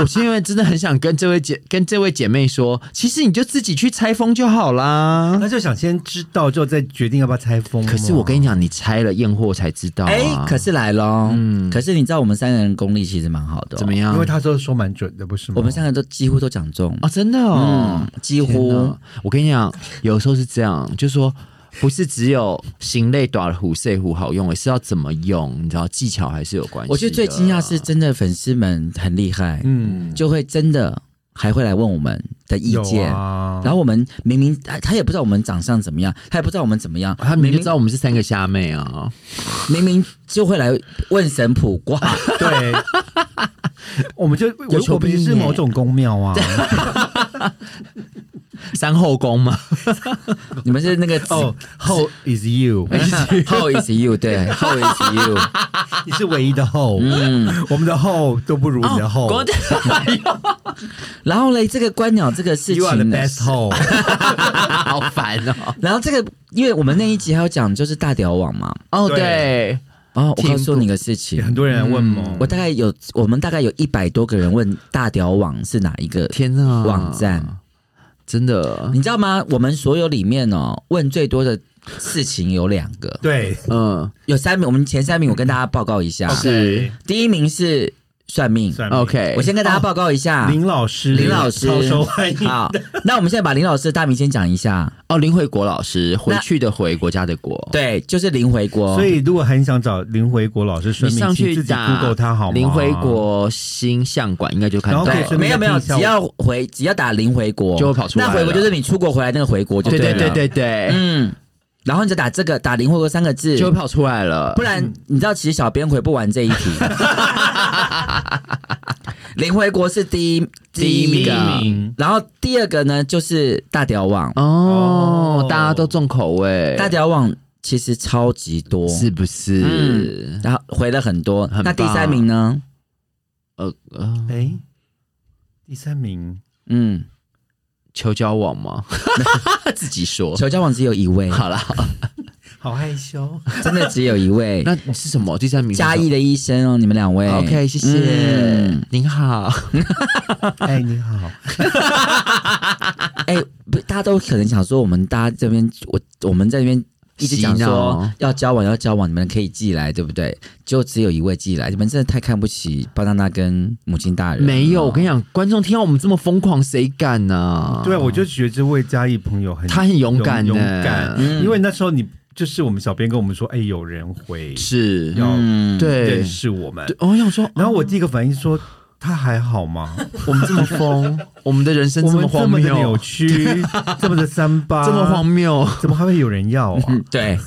Speaker 2: 我是因为真的很想跟这位姐跟这位姐妹说，其实你就自己去拆封就好啦。
Speaker 1: 那就想先知道之后再决定要不要拆封嘛。
Speaker 2: 可是我跟你讲，你拆了验货才知道啊。
Speaker 3: 哎、可是来咯。
Speaker 2: 嗯
Speaker 3: 可是你知道我们三个人功力其实蛮好的、哦
Speaker 2: 怎么？样？
Speaker 1: 因为他说说蛮准的，不是吗？
Speaker 3: 我们三个都几乎都讲中，
Speaker 2: 哦，真的哦，
Speaker 3: 嗯，几
Speaker 2: 天
Speaker 3: 乎
Speaker 2: 哪。我跟你讲，有时候是这样，就说。不是只有行类短虎、碎虎好用，也是要怎么用，你知道技巧还是有关系的。
Speaker 3: 我觉得最惊讶是真的粉丝们很厉害，
Speaker 1: 嗯
Speaker 3: 就会真的还会来问我们的意见。
Speaker 1: 有啊，
Speaker 3: 然后我们明明他他也不知道我们长相怎么样，他也不知道我们怎 么样，
Speaker 2: 他明明就知道我们是三个虾妹啊，
Speaker 3: 明明就会来问神卜 卦，
Speaker 1: 对，我们就我
Speaker 3: 有
Speaker 1: 我
Speaker 3: 求必
Speaker 1: 们
Speaker 3: 应
Speaker 1: 是某种公庙啊，
Speaker 2: 三后宫 嘛，
Speaker 3: 你 们是那个
Speaker 1: 哦，How is you？
Speaker 3: How is you？对，How is you？
Speaker 1: 你是唯一的 How，我
Speaker 2: 嗯
Speaker 1: 们的 How 都不如你的
Speaker 2: 哦
Speaker 1: How。
Speaker 3: 然后嘞，这个观鸟这个事
Speaker 1: You are the
Speaker 3: 情呢，
Speaker 1: best How。
Speaker 2: 好烦哦。
Speaker 3: 然后这个，因为我们那一集还有讲就是大屌网嘛，
Speaker 2: 哦，
Speaker 1: 对
Speaker 2: 对，
Speaker 3: 哦，我
Speaker 2: 听不
Speaker 3: 告诉你个事
Speaker 1: 很
Speaker 3: 情，
Speaker 1: 多人来问嘛，
Speaker 2: 嗯
Speaker 3: 我大概有我们大概有一百多个人问大屌网是哪一个，
Speaker 2: 天呐，
Speaker 3: 网站
Speaker 2: 真的，
Speaker 3: 你知道吗？我们所有里面哦，问最多的事情有两个，
Speaker 1: 对，
Speaker 2: 嗯，
Speaker 3: 有三名，我们前三名我跟大家报告一下，
Speaker 2: 是
Speaker 3: 第一名是算命。
Speaker 1: 哦算命哦
Speaker 2: OK，
Speaker 3: 我先跟大家报告一下，
Speaker 1: 林老师，
Speaker 3: 林老师
Speaker 1: 超受欢迎。
Speaker 3: 好，那我们现在把林老师的大名先讲一下。
Speaker 2: 哦，林慧国老师回去的回国家的国，，
Speaker 3: 对，就是林回国。
Speaker 1: 哦所以，如果很想找林回国老师
Speaker 2: 你
Speaker 1: 算命，
Speaker 2: 上
Speaker 1: 请
Speaker 2: 去
Speaker 1: 自己
Speaker 2: 打
Speaker 1: Google 他好吗？
Speaker 2: 林辉国新相馆应该就看到
Speaker 1: 然后哦可以
Speaker 2: 了
Speaker 1: 顺。便
Speaker 3: 没有没有，
Speaker 1: 听一下
Speaker 3: 只
Speaker 1: 我
Speaker 3: 要回只要打林回国
Speaker 2: 就会跑出来
Speaker 3: 那回
Speaker 2: 了
Speaker 3: 国就是你出国回来那个回国就
Speaker 2: 对
Speaker 3: 对
Speaker 2: 对
Speaker 3: 了
Speaker 2: 对对对，
Speaker 3: 嗯，然后你就打这个打林回国三个字，
Speaker 2: 就会跑出来了
Speaker 3: 不。然你知道其实小编回不完这一 题。林回国是第一
Speaker 2: 第一
Speaker 3: 个，
Speaker 1: 名
Speaker 3: 然后第二个呢就是大屌网，
Speaker 2: 哦
Speaker 1: 哦，
Speaker 2: 大家都重口味，
Speaker 3: 大屌网其实超级多，
Speaker 2: 是不是？
Speaker 3: 然后回了很多。
Speaker 2: 很
Speaker 3: 那第
Speaker 2: 棒
Speaker 3: 三名呢？
Speaker 2: 呃呃，
Speaker 1: 哎，第三名
Speaker 3: 嗯，
Speaker 2: 求交往吗？ 自己说。
Speaker 3: 求交网只有一 位，
Speaker 2: 好啦，
Speaker 1: 好害 羞，
Speaker 3: 真的只有一位。
Speaker 2: 那你是什么？第三名是什么哎
Speaker 3: 嘉义的医生哦，你们两位。
Speaker 2: OK，谢谢
Speaker 3: 嗯。
Speaker 2: 您好，
Speaker 1: 哎，你好，
Speaker 3: 哎、不，大家都可能想说，我们大家这边，我我们在那边一直讲
Speaker 2: 洗
Speaker 3: 说
Speaker 2: 脑
Speaker 3: 要交往，要交往，你们可以寄来，对不对？就只有一位寄来，你们真的太看不起巴娜娜跟母亲大人了。嗯
Speaker 2: 没有，我跟你讲，观众听到我们这么疯狂，谁敢啊呢？
Speaker 1: 对，啊我就觉得这位嘉义朋友很，
Speaker 2: 哦他很勇敢嗯
Speaker 1: 勇
Speaker 2: 呢
Speaker 1: 敢，因为那时候你就是我们小编跟我们说，哎，有人回
Speaker 2: 是，
Speaker 1: 要认
Speaker 3: 嗯，
Speaker 2: 对，
Speaker 1: 识我们
Speaker 2: 对，，我想说，哦
Speaker 1: 然后我第一个反应说。他还好吗？
Speaker 2: 我们这么疯， 我们的人生
Speaker 1: 我
Speaker 2: 这
Speaker 1: 们
Speaker 2: 么
Speaker 1: 这
Speaker 2: 荒
Speaker 1: 么
Speaker 2: 谬，
Speaker 1: 的扭曲， 啊这么的三八，
Speaker 2: 这么荒，谬。
Speaker 1: 怎么还会有人要啊？
Speaker 3: 嗯对，
Speaker 2: 哎、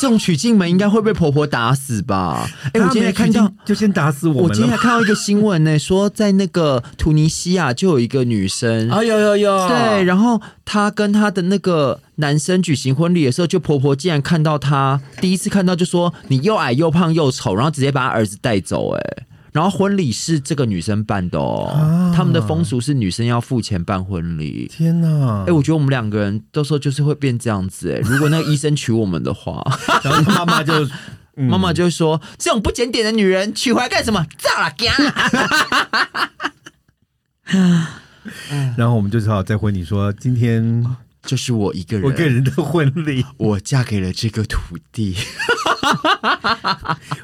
Speaker 2: 这种取经门应该会被婆婆打死吧？哎、我今天还看
Speaker 1: 他
Speaker 2: 到
Speaker 1: 没，就先打死我
Speaker 2: 我
Speaker 1: 们
Speaker 2: 今天还
Speaker 1: 了。
Speaker 2: 看到一个新闻呢、说在那个突尼西亚就有一个女生。
Speaker 3: 哦，有有有，
Speaker 2: 对，，然后她跟她的那个男生举行婚礼的时候，就婆婆竟然看到她第一次看到，就说你又矮又胖又丑，然后直接把她儿子带走、哎，然后婚礼是这个女生办的哦，
Speaker 1: 啊
Speaker 2: 他们的风俗是女生要付钱办婚礼，
Speaker 1: 天哪！
Speaker 2: 哎、
Speaker 3: 嗯
Speaker 2: 我觉得我们两个人到时候就是会变这样子哎、 如果那个医生娶我们的话，
Speaker 1: 然后他妈 妈就
Speaker 3: 嗯
Speaker 2: 妈妈就会说：“这种不检点的女人娶回来干什么？炸了
Speaker 3: 嗯
Speaker 2: 家！
Speaker 1: 然后我们就只好在婚礼说，今天
Speaker 2: 这是我一个人，
Speaker 1: 我个人的婚 礼，
Speaker 2: 我嫁给了这个土地。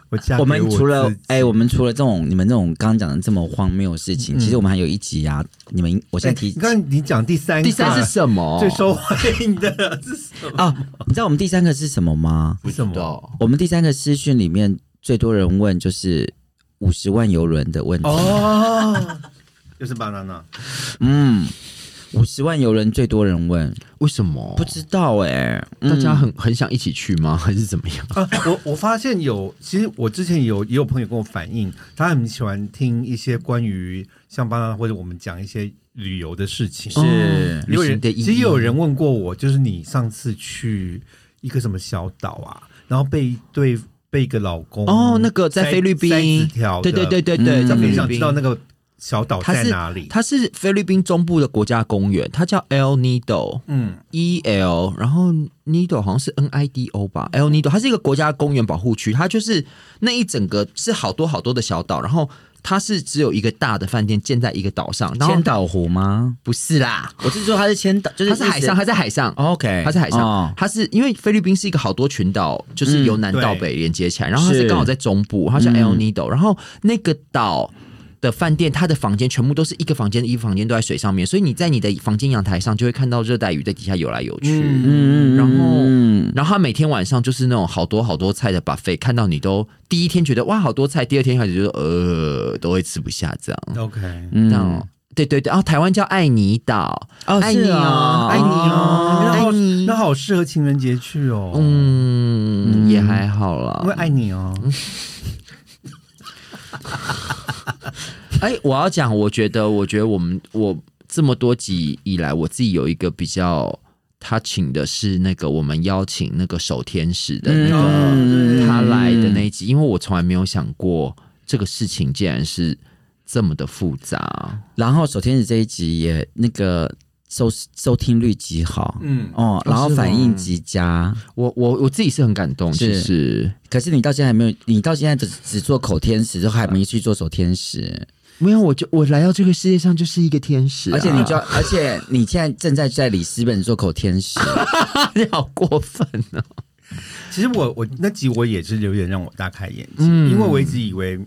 Speaker 1: 我嫁给
Speaker 3: 我们除了
Speaker 1: 自己
Speaker 3: 哎、我们除了这种你们这种刚刚讲的这么荒谬的事
Speaker 2: 嗯
Speaker 3: 情，其实我们还有一集啊，你们我现在提
Speaker 1: 哎你看你讲第三个，啊
Speaker 2: 第三是什么？
Speaker 1: 最受欢迎的是什么？
Speaker 3: 哦，你知道我们第三个是什么吗？
Speaker 1: 为什么？
Speaker 2: 的
Speaker 3: 我们第三个私讯里面最多人问就是五十万游轮的问题。
Speaker 1: 哦，又是 banana，
Speaker 3: 嗯，五十万游轮最多人问，
Speaker 2: 为什么
Speaker 3: 不？知道哎、嗯
Speaker 2: 哦大家很很想一起去吗？还是怎么样？
Speaker 1: 啊，我我发现有，其实我之前有也有朋友跟我反映，他很喜欢听一些关于像巴拿或者我们讲一些旅游的事情。嗯
Speaker 3: 是
Speaker 1: 有
Speaker 2: 旅
Speaker 1: 人
Speaker 2: 行的
Speaker 1: 其
Speaker 2: 意义
Speaker 1: 实有人问过我，就是你上次去一个什么小岛啊，然后被对被一个老公
Speaker 2: 哦，那个在
Speaker 1: 塞
Speaker 2: 菲律
Speaker 1: 塞
Speaker 2: 宾
Speaker 1: 纸条，
Speaker 2: 对
Speaker 1: 的，
Speaker 2: 对对对对，
Speaker 1: 他
Speaker 2: 在
Speaker 3: 嗯
Speaker 2: 菲
Speaker 1: 们
Speaker 2: 律
Speaker 1: 想知
Speaker 2: 宾
Speaker 1: 道。那个小岛
Speaker 2: 它
Speaker 1: 在
Speaker 2: 是
Speaker 1: 哪里。
Speaker 2: 它是菲律宾中部的国家公园，它叫 El Nido。
Speaker 1: 嗯，
Speaker 2: E L，然后 Nido 好像是 N I D O 吧，El Nido 它是一个国家公园保护区，它就是那一整个是好多好多的小岛，然后它是只有一个大的饭店建在一个岛上，然后
Speaker 3: 千岛湖吗？
Speaker 2: 不是啦，
Speaker 3: 我是说它是千岛，就是
Speaker 2: 它是海上，它在海上。
Speaker 3: OK，
Speaker 2: 它在海上，
Speaker 3: 哦
Speaker 2: 它是因为菲律宾是一个好多群岛，就是由南到
Speaker 1: 嗯对
Speaker 2: 北连接起来，然后它是
Speaker 3: 是
Speaker 2: 刚好在中部，它叫
Speaker 3: 嗯
Speaker 2: El Nido，、然后那个岛的饭店，它的房间全部都是一个房间一个房间都在水上面，所以你在你的房间阳台上就会看到热带鱼在底下游来游去，
Speaker 1: 嗯
Speaker 3: 嗯
Speaker 2: 然后
Speaker 3: 嗯
Speaker 2: 然后他每天晚上就是那种好多好多菜的 buffet，看到你都第一天觉得哇好多菜，第二天开始就说呃都会吃不下这样。
Speaker 1: OK，
Speaker 3: 嗯
Speaker 2: 那、嗯、对对对，哦，台湾叫爱你岛，
Speaker 3: 哦
Speaker 2: 爱你
Speaker 3: 是哦
Speaker 2: 爱你
Speaker 1: 那
Speaker 2: 哦，
Speaker 1: 好
Speaker 2: 啊爱你
Speaker 1: 那。好适合情人节去哦，
Speaker 2: 嗯，也还好
Speaker 1: 因为
Speaker 2: 啦。
Speaker 1: 爱你哦。
Speaker 2: 嗯哎，我要讲，我觉得，我觉得我们我这么多集以来，我自己有一个比较，他请的是那个我们邀请那个守天使的那个。
Speaker 1: 嗯
Speaker 2: 他来的那一集，因为我从来没有想过这个事情竟然是这么的复杂。
Speaker 3: 然后守天使这一集也那个收收听率极好，
Speaker 1: 嗯
Speaker 3: 哦，然后
Speaker 1: 是吗
Speaker 3: 反应极佳。
Speaker 2: 我我我自己是很感动，
Speaker 3: 是
Speaker 2: 其实
Speaker 3: 可是你到现在还没有，你到现在只只做口天使，都还没去做手天使，
Speaker 2: 没有，我就我来到这个世界上就是一个天使啊、
Speaker 3: 而且你就， 而且你现在正在在里斯本做口天使，。
Speaker 2: 你好过分哦、
Speaker 1: 其实我我那集我也是有点让我大开眼界，
Speaker 2: 嗯
Speaker 1: 因为我一直以为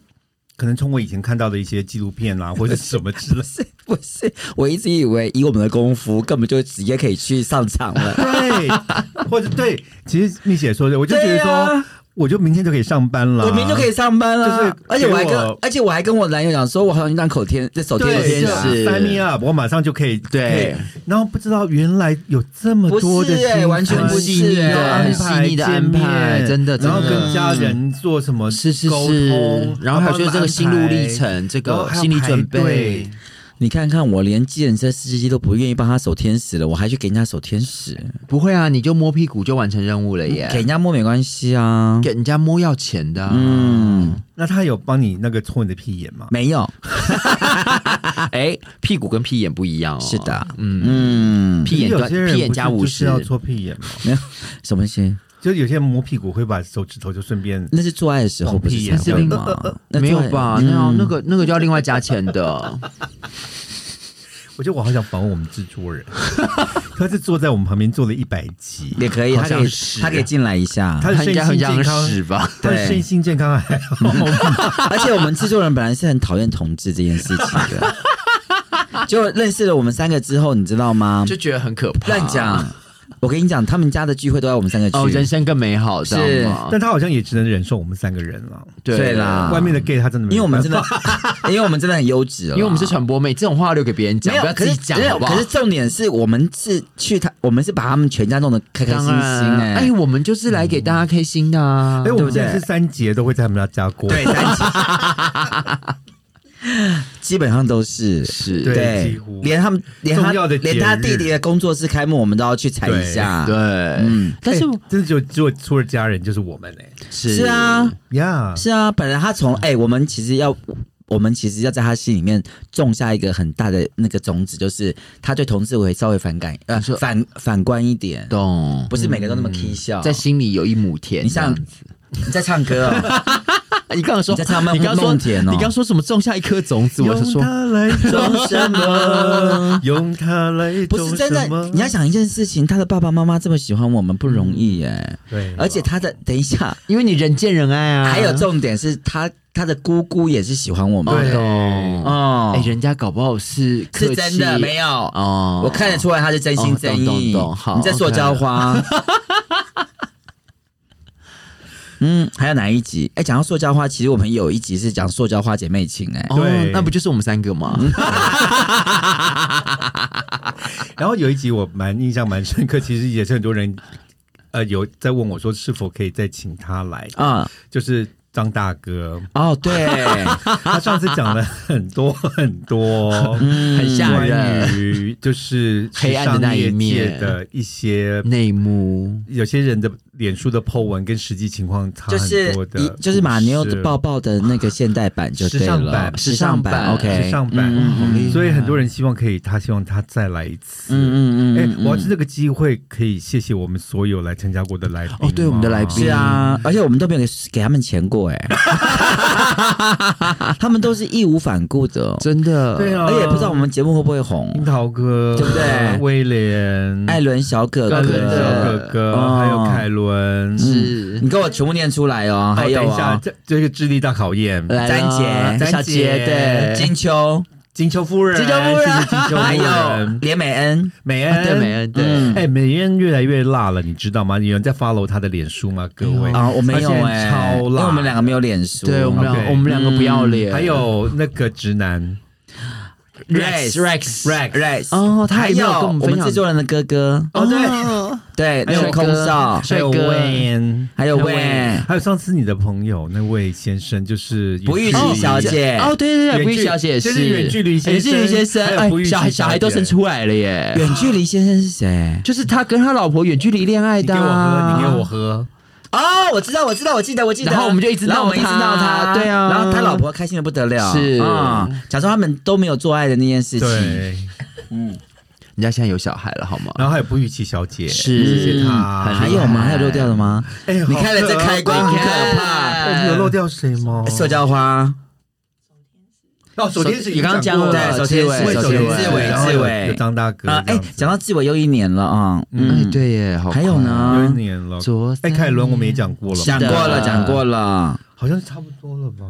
Speaker 1: 可能从我以前看到的一些纪录片 啦、或者是什么之类
Speaker 3: 是不是？我一直以为以我们的功夫，根本就直接可以去上场 了。
Speaker 1: 对，或者对，其实蜜姐说的，我就觉得
Speaker 3: 对
Speaker 1: 说，
Speaker 3: 啊
Speaker 1: 我就明天就可以上班了，
Speaker 3: 我明天就可以上班了，
Speaker 1: 就是
Speaker 3: 而且我还
Speaker 1: 给
Speaker 3: 跟
Speaker 1: 我，
Speaker 3: 而且我还跟我男友讲说，我好想去当口天，这手天
Speaker 1: 对
Speaker 3: 天
Speaker 1: 是啊
Speaker 3: 使，
Speaker 1: ，sign me up，我马上就可以
Speaker 3: 对
Speaker 1: 可以然后不知道原来有这么多的
Speaker 3: 不是欸
Speaker 1: 心
Speaker 3: 完全
Speaker 1: 烦
Speaker 2: 不
Speaker 1: 细
Speaker 2: 是
Speaker 1: 腻的
Speaker 2: 欸
Speaker 1: 啊安
Speaker 2: 很
Speaker 1: 排，
Speaker 2: 细腻的安排
Speaker 1: 见面
Speaker 2: 真的
Speaker 1: 然后
Speaker 2: 真
Speaker 3: 的
Speaker 1: 跟家人做什么
Speaker 2: 是是
Speaker 1: 沟
Speaker 2: 是
Speaker 1: 通，，
Speaker 2: 然后还有就是这个心路历
Speaker 1: 然
Speaker 2: 程，这
Speaker 1: 后
Speaker 2: 个
Speaker 1: 还要
Speaker 2: 心理
Speaker 1: 排
Speaker 2: 准备
Speaker 1: 队，
Speaker 3: 你看看，我连计程车司机都不愿意帮他守天使了，我还去给人家守天使，
Speaker 2: 不会啊，你就摸屁股就完成任务了耶，
Speaker 3: 给人家摸没关系啊。
Speaker 2: 给人家摸要钱的啊，
Speaker 3: 嗯，
Speaker 1: 那他有帮你那个搓你的屁眼吗？
Speaker 3: 没有，
Speaker 2: 哎，屁股跟屁眼不一样哦，
Speaker 3: 是的，
Speaker 2: 嗯，
Speaker 3: 嗯，
Speaker 2: 屁眼
Speaker 1: 有
Speaker 2: 断
Speaker 1: 些人
Speaker 2: 屁眼加
Speaker 1: 不是
Speaker 2: 五
Speaker 1: 就是
Speaker 2: 十，
Speaker 1: 要搓屁眼吗？
Speaker 3: 没有什么先，
Speaker 1: 就有些人摸屁股会把手指头就顺 便
Speaker 3: 那是做爱的时候
Speaker 1: 放
Speaker 3: 不是
Speaker 1: 屁眼
Speaker 3: 才会吗
Speaker 1: 呃呃呃？
Speaker 3: 那
Speaker 2: 没
Speaker 3: 做
Speaker 2: 有
Speaker 3: 爱
Speaker 2: 吧？
Speaker 3: 嗯
Speaker 2: 那要那个那个就要另外加钱的，
Speaker 1: 我觉得我好想访问我们制作人， 他是坐在我们旁边做了一百集，
Speaker 3: 也可以，
Speaker 1: 好
Speaker 3: 他可
Speaker 1: 像
Speaker 3: 以
Speaker 1: 是，
Speaker 3: 他可以进来一下。
Speaker 1: 他的
Speaker 2: 啊他
Speaker 1: 身
Speaker 2: 应该
Speaker 1: 心
Speaker 2: 很想
Speaker 1: 健康，
Speaker 2: 屎吧？
Speaker 1: 他的身心健康还好。
Speaker 3: 嗯而且我们制作人本来是很讨厌同志这件事情 的，就认识了我们三个之后，你知道吗？
Speaker 2: 就觉得很可怕。
Speaker 3: 乱讲，我跟你讲，他们家的聚会都要我们三个去。
Speaker 2: 哦，人生更美好，知道吗？
Speaker 1: 但他好像也只能忍受我们三个人了。
Speaker 3: 对啦啊
Speaker 1: 外面的 gay 他真的没
Speaker 3: 因为我们真
Speaker 1: 的
Speaker 3: 的，因为我们真的很优质了啦，
Speaker 2: 因为我们是传播妹，这种话要留给别人讲
Speaker 3: 没，有
Speaker 2: 不要
Speaker 3: 可
Speaker 2: 自
Speaker 3: 是
Speaker 2: 己讲
Speaker 3: 没，有
Speaker 2: 好不好
Speaker 3: 可是？重点是我们是去他，我们是把他们全家弄得开开心
Speaker 2: 当
Speaker 3: 心
Speaker 2: 然，
Speaker 3: 哎、
Speaker 2: 哎，我们就是来给大家开心的啊
Speaker 1: 哎，。我
Speaker 3: 对
Speaker 1: 们
Speaker 3: 不
Speaker 1: 现在
Speaker 3: 对
Speaker 1: 是三节都会在他们家加过，哎
Speaker 3: 对，三级 基本上都是
Speaker 2: 是
Speaker 1: 对
Speaker 3: 对
Speaker 1: 几乎
Speaker 3: 连他们连他
Speaker 1: 重要的节日
Speaker 3: 连他弟弟的工作室开幕，我们都要去踩一下。
Speaker 2: 对，
Speaker 3: 嗯，
Speaker 2: 但是
Speaker 1: 哎真的就只有除了家人就是我们哎
Speaker 3: 是啊，
Speaker 1: 呀，
Speaker 3: 是啊，本来他从哎、我们其实要。我们其实要在他心里面种下一个很大的那个种子，就是他对同志会稍微反感，呃，
Speaker 2: 你说
Speaker 3: 反反观一点，
Speaker 2: 懂
Speaker 3: 不是每个都那么 k
Speaker 1: 嗯
Speaker 3: 笑。
Speaker 2: 在心里有一亩田。
Speaker 3: 你像你在唱歌、
Speaker 1: 啊
Speaker 3: 哦，
Speaker 2: 你刚刚说，
Speaker 3: 你在唱梦
Speaker 2: 你刚刚说
Speaker 3: 梦田
Speaker 2: 你
Speaker 3: 哦
Speaker 2: 刚刚说什么种下一颗种子？我是
Speaker 1: 用
Speaker 2: 说，
Speaker 1: 它来种什么？用它来
Speaker 3: 不是
Speaker 1: 种
Speaker 3: 真 的
Speaker 1: 什么？。
Speaker 3: 你要想一件事情，他的爸爸妈妈这么喜欢我们不容易耶，
Speaker 1: 对，
Speaker 3: 而且他的等一下，
Speaker 2: 因为你人见人爱啊。
Speaker 3: 还有重点是他他的姑姑也是喜欢我们
Speaker 1: 对
Speaker 3: 的
Speaker 2: 懂
Speaker 3: 哦
Speaker 2: 哎，，人家搞不好是客
Speaker 3: 是真的
Speaker 2: 气
Speaker 3: 没有。
Speaker 2: 哦，
Speaker 3: 我看得出来他是真心
Speaker 2: 哦
Speaker 3: 真意。
Speaker 2: 懂懂懂好
Speaker 3: 你在塑胶花。 嗯，还有哪一集？哎，讲到塑胶花，其实我们有一集是讲塑胶花姐妹情、哎、
Speaker 2: 哦
Speaker 1: 对，
Speaker 2: 那不就是我们三个吗？
Speaker 1: 然后有一集我蛮印象蛮深 刻，其实也是很多人呃有在问我说是否可以再请他来，
Speaker 3: 啊、
Speaker 1: 就是张大哥，
Speaker 3: 哦，对，
Speaker 1: 他上次讲了很多很 多
Speaker 3: 嗯
Speaker 2: 很吓人，
Speaker 1: 关于就是
Speaker 2: 黑暗的那一面
Speaker 1: 时尚业界的一些。
Speaker 2: 内幕
Speaker 1: 有些人的脸书的 po 文跟实际情况差
Speaker 3: 就是
Speaker 1: 很多的故
Speaker 3: 一
Speaker 1: 事，
Speaker 3: 就是马妞的抱抱的那个现代版就对
Speaker 1: 时
Speaker 3: 了，
Speaker 1: 尚版
Speaker 3: 时尚版
Speaker 2: 时尚版
Speaker 3: ，OK，
Speaker 1: 是上版
Speaker 3: 嗯嗯，
Speaker 2: 嗯
Speaker 1: 所以很多人希望可以，他希望他再来一次。
Speaker 3: 嗯嗯
Speaker 1: 哎、
Speaker 3: 嗯嗯，
Speaker 1: 我要是这个机会，可以谢谢我们所有来参加过的来宾吗。
Speaker 2: 哦对我们的来宾
Speaker 3: 是啊，而且我们都没有给给他们钱 过哎、他们都是义无反顾的，
Speaker 2: 真的
Speaker 1: 对啊，
Speaker 3: 而且哎也不知道我们节目会不会
Speaker 1: 樱
Speaker 3: 红。
Speaker 1: 桃哥，
Speaker 3: 对不对
Speaker 1: 威廉、
Speaker 3: 艾伦小哥
Speaker 1: 嗯艾
Speaker 3: 哥，
Speaker 1: 伦小哥哥，
Speaker 3: 哦
Speaker 1: 还有凯伦，
Speaker 2: 是
Speaker 3: 你给我全部念出来
Speaker 1: 哦
Speaker 3: 哦。还有
Speaker 1: 等一下，
Speaker 3: 啊，
Speaker 1: 这这个智力大考验，
Speaker 2: 来
Speaker 3: 詹
Speaker 2: 了
Speaker 3: 姐
Speaker 1: 詹
Speaker 2: 小
Speaker 1: 姐
Speaker 2: 姐对
Speaker 3: 金秋，
Speaker 1: 金秋夫人，
Speaker 3: 金秋夫人啊
Speaker 1: 是不是金秋
Speaker 3: 还
Speaker 1: 夫
Speaker 3: 有
Speaker 1: 人，
Speaker 3: 连美恩，
Speaker 1: 美
Speaker 2: 啊
Speaker 1: 恩，
Speaker 2: 对美。恩对
Speaker 3: 嗯
Speaker 1: 哎、美恩越来越辣了，你知道吗？有人在 follow 她的脸书吗？各位
Speaker 3: 啊，我没有
Speaker 1: 嗯她现在
Speaker 3: 哎，
Speaker 1: 超
Speaker 3: 因为
Speaker 1: 辣，
Speaker 3: 我们两个没有脸书。
Speaker 2: 对，我们
Speaker 1: OK 嗯
Speaker 2: 两我们两个不要脸，
Speaker 1: 还有那个直男
Speaker 3: Rex
Speaker 2: Rex
Speaker 3: Rex Rex，
Speaker 2: 哦他
Speaker 3: 还
Speaker 2: 还没有跟我们
Speaker 3: 我
Speaker 2: 分
Speaker 3: 们
Speaker 2: 享
Speaker 3: 制作人的哥哥，
Speaker 1: 哦，对，
Speaker 3: 对，
Speaker 1: 还有
Speaker 3: 陆空少，
Speaker 1: 还有
Speaker 2: 帅哥
Speaker 1: Wayne，
Speaker 3: 还有
Speaker 2: 还有
Speaker 3: Wen，
Speaker 1: 还有上次你的朋友那位先生，就是
Speaker 3: 哦不
Speaker 1: 远
Speaker 3: 遇
Speaker 1: 距
Speaker 3: 琪
Speaker 1: 离
Speaker 3: 小姐，
Speaker 2: 哦，对对对，不
Speaker 1: 远距
Speaker 2: 是小姐也
Speaker 1: 就是远距离先生
Speaker 2: 远距离先生，
Speaker 1: 还有
Speaker 2: 哎
Speaker 1: 不育，
Speaker 2: 小
Speaker 1: 小
Speaker 2: 孩
Speaker 1: 姐
Speaker 2: 小孩都生出来了耶，
Speaker 3: 远距离先生是谁？
Speaker 2: 就是他跟他老婆远距离恋爱
Speaker 1: 你给
Speaker 2: 的
Speaker 1: 我喝，
Speaker 2: 啊，
Speaker 1: 你给我喝，
Speaker 3: 哦，我知道，我知道，我记得，我记得。
Speaker 2: 然后我们就一直闹
Speaker 3: 然后我们一直
Speaker 2: 他
Speaker 3: 闹他，
Speaker 2: 对啊
Speaker 3: 然后他老婆开心的不得了，
Speaker 2: 是
Speaker 3: 啊，假装他们都没有做爱的那件事情。
Speaker 1: 对。
Speaker 2: 人家现在有小孩了好吗？
Speaker 1: 然后还有不预期小姐，
Speaker 2: 是
Speaker 1: 谢谢她。
Speaker 2: 很
Speaker 3: 还有吗？还有漏掉的吗？
Speaker 1: 哎，
Speaker 3: 你开了这开关，
Speaker 1: 好可
Speaker 3: 很可
Speaker 1: 怕我们
Speaker 3: 怕。
Speaker 1: 哎
Speaker 3: 哎
Speaker 1: 有漏掉谁吗？
Speaker 3: 社交花，
Speaker 1: 哦，手天使
Speaker 2: 你刚刚
Speaker 1: 讲过
Speaker 2: 讲
Speaker 1: 了
Speaker 2: 了
Speaker 3: 对手天
Speaker 2: 对
Speaker 3: 使
Speaker 1: 手
Speaker 3: 手
Speaker 1: 天使
Speaker 3: 天使志伟，
Speaker 1: 然后
Speaker 3: 志
Speaker 1: 有
Speaker 3: 伟
Speaker 1: 有张大哥
Speaker 3: 啊，哎，讲到志伟又一年了啊，
Speaker 2: 哎
Speaker 3: 嗯，，
Speaker 2: 对耶，好
Speaker 3: 还有呢
Speaker 1: 有一年了。
Speaker 2: 左
Speaker 1: 哎，
Speaker 2: 三
Speaker 1: 凯伦我们也讲过了吧，
Speaker 3: 讲过了，
Speaker 2: 是的
Speaker 3: 讲过了。
Speaker 1: 好像是差不多了吧？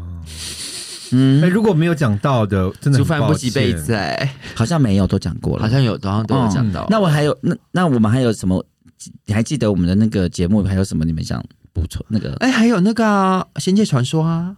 Speaker 1: 嗯，哎，如果没有讲到的，真的
Speaker 2: 煮
Speaker 1: 很
Speaker 2: 饭
Speaker 1: 抱
Speaker 2: 不及备
Speaker 1: 歉
Speaker 2: 载，
Speaker 3: 好像没有，都讲过了，哦
Speaker 2: 好像有，好像都有讲到。
Speaker 1: 嗯
Speaker 3: 那我还有那那我们还有什么？你还记得我们的那个节目还有什么？你们想补充那个
Speaker 2: 哎，还有那个啊《仙界传说》啊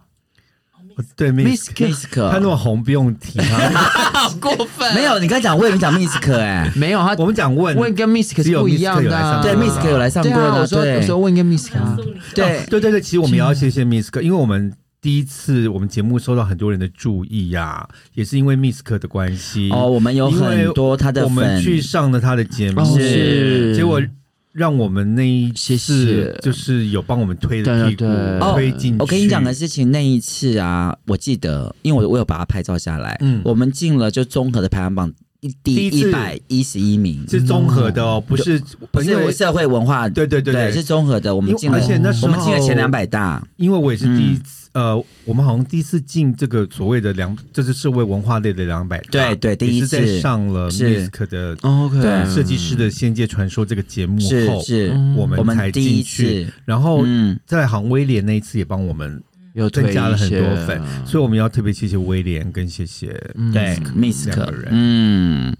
Speaker 1: 哦对 Miss，
Speaker 2: ，Miss K，
Speaker 3: Misk？
Speaker 1: 他那么红不用提
Speaker 3: 啊
Speaker 1: 他，
Speaker 2: 好过分
Speaker 3: 没有，你刚讲我也没讲 Misk 哎、
Speaker 2: 没有他
Speaker 1: 我们讲问
Speaker 2: 问跟 Miss
Speaker 1: 只
Speaker 2: 是
Speaker 1: 有
Speaker 2: 不
Speaker 1: Miss
Speaker 2: 一样的啊，
Speaker 1: K
Speaker 3: 对
Speaker 1: 有来上
Speaker 3: ，Misk 有来上
Speaker 2: 对
Speaker 3: 过
Speaker 2: 啊，
Speaker 3: 的，
Speaker 2: 我说我说问跟 Miss 啊，
Speaker 3: 对
Speaker 1: 哦对对对，其实我们也要谢谢 Misk，因为我们第一次我们节目受到很多人的注意呀、也是因为 Misk 的关系
Speaker 3: 哦，，我们有很多他的
Speaker 1: 我们
Speaker 3: 粉，
Speaker 1: 去上了他的节目，
Speaker 2: 哦
Speaker 3: 是
Speaker 1: 结果让我们那一
Speaker 2: 谢
Speaker 1: 次
Speaker 2: 谢
Speaker 1: 就是有帮我们推的屁股
Speaker 2: 对对对
Speaker 1: 推进去、
Speaker 3: 哦我跟你讲的事情，那一次啊，我记得，因为我我有把它拍照下来，
Speaker 1: 嗯
Speaker 3: 我们进了就综合的排行榜一第
Speaker 1: 第一
Speaker 3: 一
Speaker 1: 次
Speaker 3: 百一十一名，嗯
Speaker 1: 是综合的哦，不是
Speaker 3: 不
Speaker 1: 因为
Speaker 3: 是社会文化，
Speaker 1: 对对对对
Speaker 3: 是综合的，我们
Speaker 1: 因为
Speaker 3: 进了，
Speaker 1: 而且那时
Speaker 3: 我
Speaker 1: 候
Speaker 3: 们进了前两百大，
Speaker 1: 因为我也是第一次，
Speaker 3: 嗯
Speaker 1: 呃，我们好像第一次进这个所谓的两，就是社会文化类的两百大，
Speaker 3: 对对第一
Speaker 1: 也是在
Speaker 3: 次
Speaker 1: 上了
Speaker 3: 是哦
Speaker 1: Misk 的
Speaker 2: 哦 OK，
Speaker 1: 呃设计师的《仙界传说》这个节目
Speaker 3: 嗯是
Speaker 1: 后，
Speaker 3: 是，
Speaker 1: 我们
Speaker 3: 我
Speaker 1: 才
Speaker 3: 们第
Speaker 1: 进
Speaker 3: 一
Speaker 1: 去，
Speaker 3: 次，
Speaker 1: 然后
Speaker 3: 嗯，
Speaker 1: 在行威廉那一次也帮我们
Speaker 2: 有
Speaker 1: 增加了很多粉，
Speaker 2: 以
Speaker 1: 所以我们要特别谢谢威廉跟谢谢
Speaker 3: 嗯对
Speaker 1: 两个
Speaker 3: ，Misk，
Speaker 1: 人
Speaker 3: 嗯，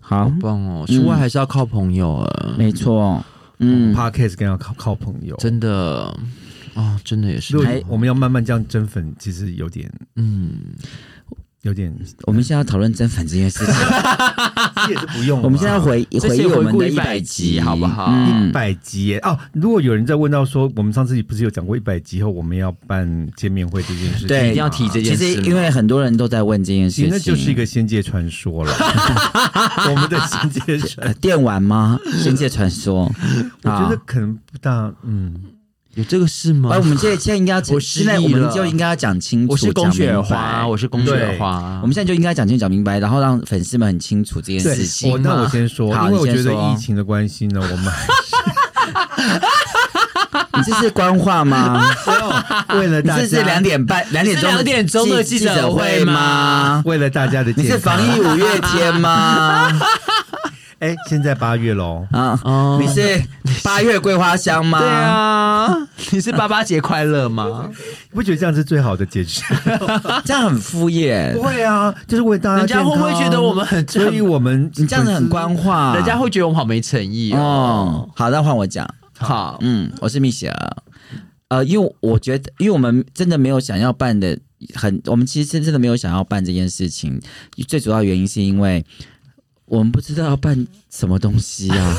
Speaker 3: 好，
Speaker 2: 棒哦，
Speaker 1: 嗯
Speaker 2: 出外还是要靠朋友啊，
Speaker 3: 没错，嗯，
Speaker 1: Podcast 跟要靠靠朋友。
Speaker 2: 真的哦，真的也是
Speaker 1: 如，果
Speaker 3: 还
Speaker 1: 我们要慢慢这样增粉，其实有点
Speaker 2: 嗯，
Speaker 1: 有点，
Speaker 3: 我们现在要讨论真粉这件事 情，
Speaker 1: 也是不用了。
Speaker 3: 我们现在回
Speaker 2: 这
Speaker 3: 回
Speaker 2: 是
Speaker 3: 忆我
Speaker 2: 回
Speaker 3: 们
Speaker 2: 顾
Speaker 3: 的
Speaker 2: 一
Speaker 3: 百嗯
Speaker 2: 百集好不好
Speaker 1: 一百集耶哦！如果有人在问到说，我们上次不是有讲过一百集后我们要办见面会这件事情吗，
Speaker 3: 对一定
Speaker 2: 要提这件
Speaker 3: 其
Speaker 2: 事
Speaker 3: 实
Speaker 2: 吗
Speaker 3: 因为很多人都在问这件事
Speaker 1: 其
Speaker 3: 情，
Speaker 1: 实那就是一个仙界传 说了，我们的仙界传
Speaker 3: 呃电玩吗？《仙界传说》
Speaker 1: 我觉得
Speaker 3: 啊。
Speaker 1: 可能不大，嗯，
Speaker 2: 有这个事吗
Speaker 1: 啊
Speaker 3: 哎，？我们现在现在应该要，
Speaker 2: 嗯我失
Speaker 3: 现在我
Speaker 2: 忆
Speaker 3: 们
Speaker 2: 了
Speaker 3: 就应该要讲清楚，
Speaker 2: 我是龚雪
Speaker 3: 讲明
Speaker 2: 花，
Speaker 3: 白嗯
Speaker 2: 我是龚雪
Speaker 1: 对
Speaker 2: 花，
Speaker 3: 我们现在就应该讲清楚、讲明白，然后让粉丝们很清楚这件
Speaker 1: 对
Speaker 3: 事，
Speaker 1: 我
Speaker 3: 情。
Speaker 1: 那我先说，
Speaker 3: 好
Speaker 1: 因为我
Speaker 3: 你
Speaker 1: 觉
Speaker 3: 先
Speaker 1: 得
Speaker 3: 说啊
Speaker 1: 疫情的关系呢，我们
Speaker 3: 你这是官话吗？
Speaker 1: 还 为了
Speaker 3: 你
Speaker 1: 大
Speaker 3: 这是两
Speaker 1: 家，
Speaker 3: 点半、两点钟
Speaker 2: 你是两点钟的
Speaker 3: 记
Speaker 2: 记者
Speaker 3: 者
Speaker 2: 会
Speaker 3: 会
Speaker 2: 吗
Speaker 3: 吗？
Speaker 1: 为了大家的
Speaker 3: 啊你
Speaker 1: 健
Speaker 3: 是
Speaker 1: 康
Speaker 3: 防，疫五月天吗？
Speaker 1: 哎，现在八月喽，
Speaker 3: 啊
Speaker 2: 哦，
Speaker 3: 你是八月桂花香吗？
Speaker 2: 对，啊， 你是爸爸节快乐吗？
Speaker 1: 不觉得这样是最好的解释？
Speaker 2: 啊
Speaker 3: 这样很敷
Speaker 1: 不
Speaker 3: 衍，
Speaker 1: 会啊，就是为大
Speaker 2: 人
Speaker 1: 家健
Speaker 2: 家
Speaker 1: 康，
Speaker 2: 会不会觉得我们很
Speaker 1: 所以我们
Speaker 3: 你这样子很官话，
Speaker 2: 人家会觉得我们好没诚意哦。
Speaker 3: 哦。好，那换我讲。
Speaker 2: 好，
Speaker 3: 嗯，我是蜜雪儿。呃，因为我觉得，因为我们真的没有想要办的很，我们其实真的没有想要办这件事情。最主要原因是因为我们不知道要办什么东西啊。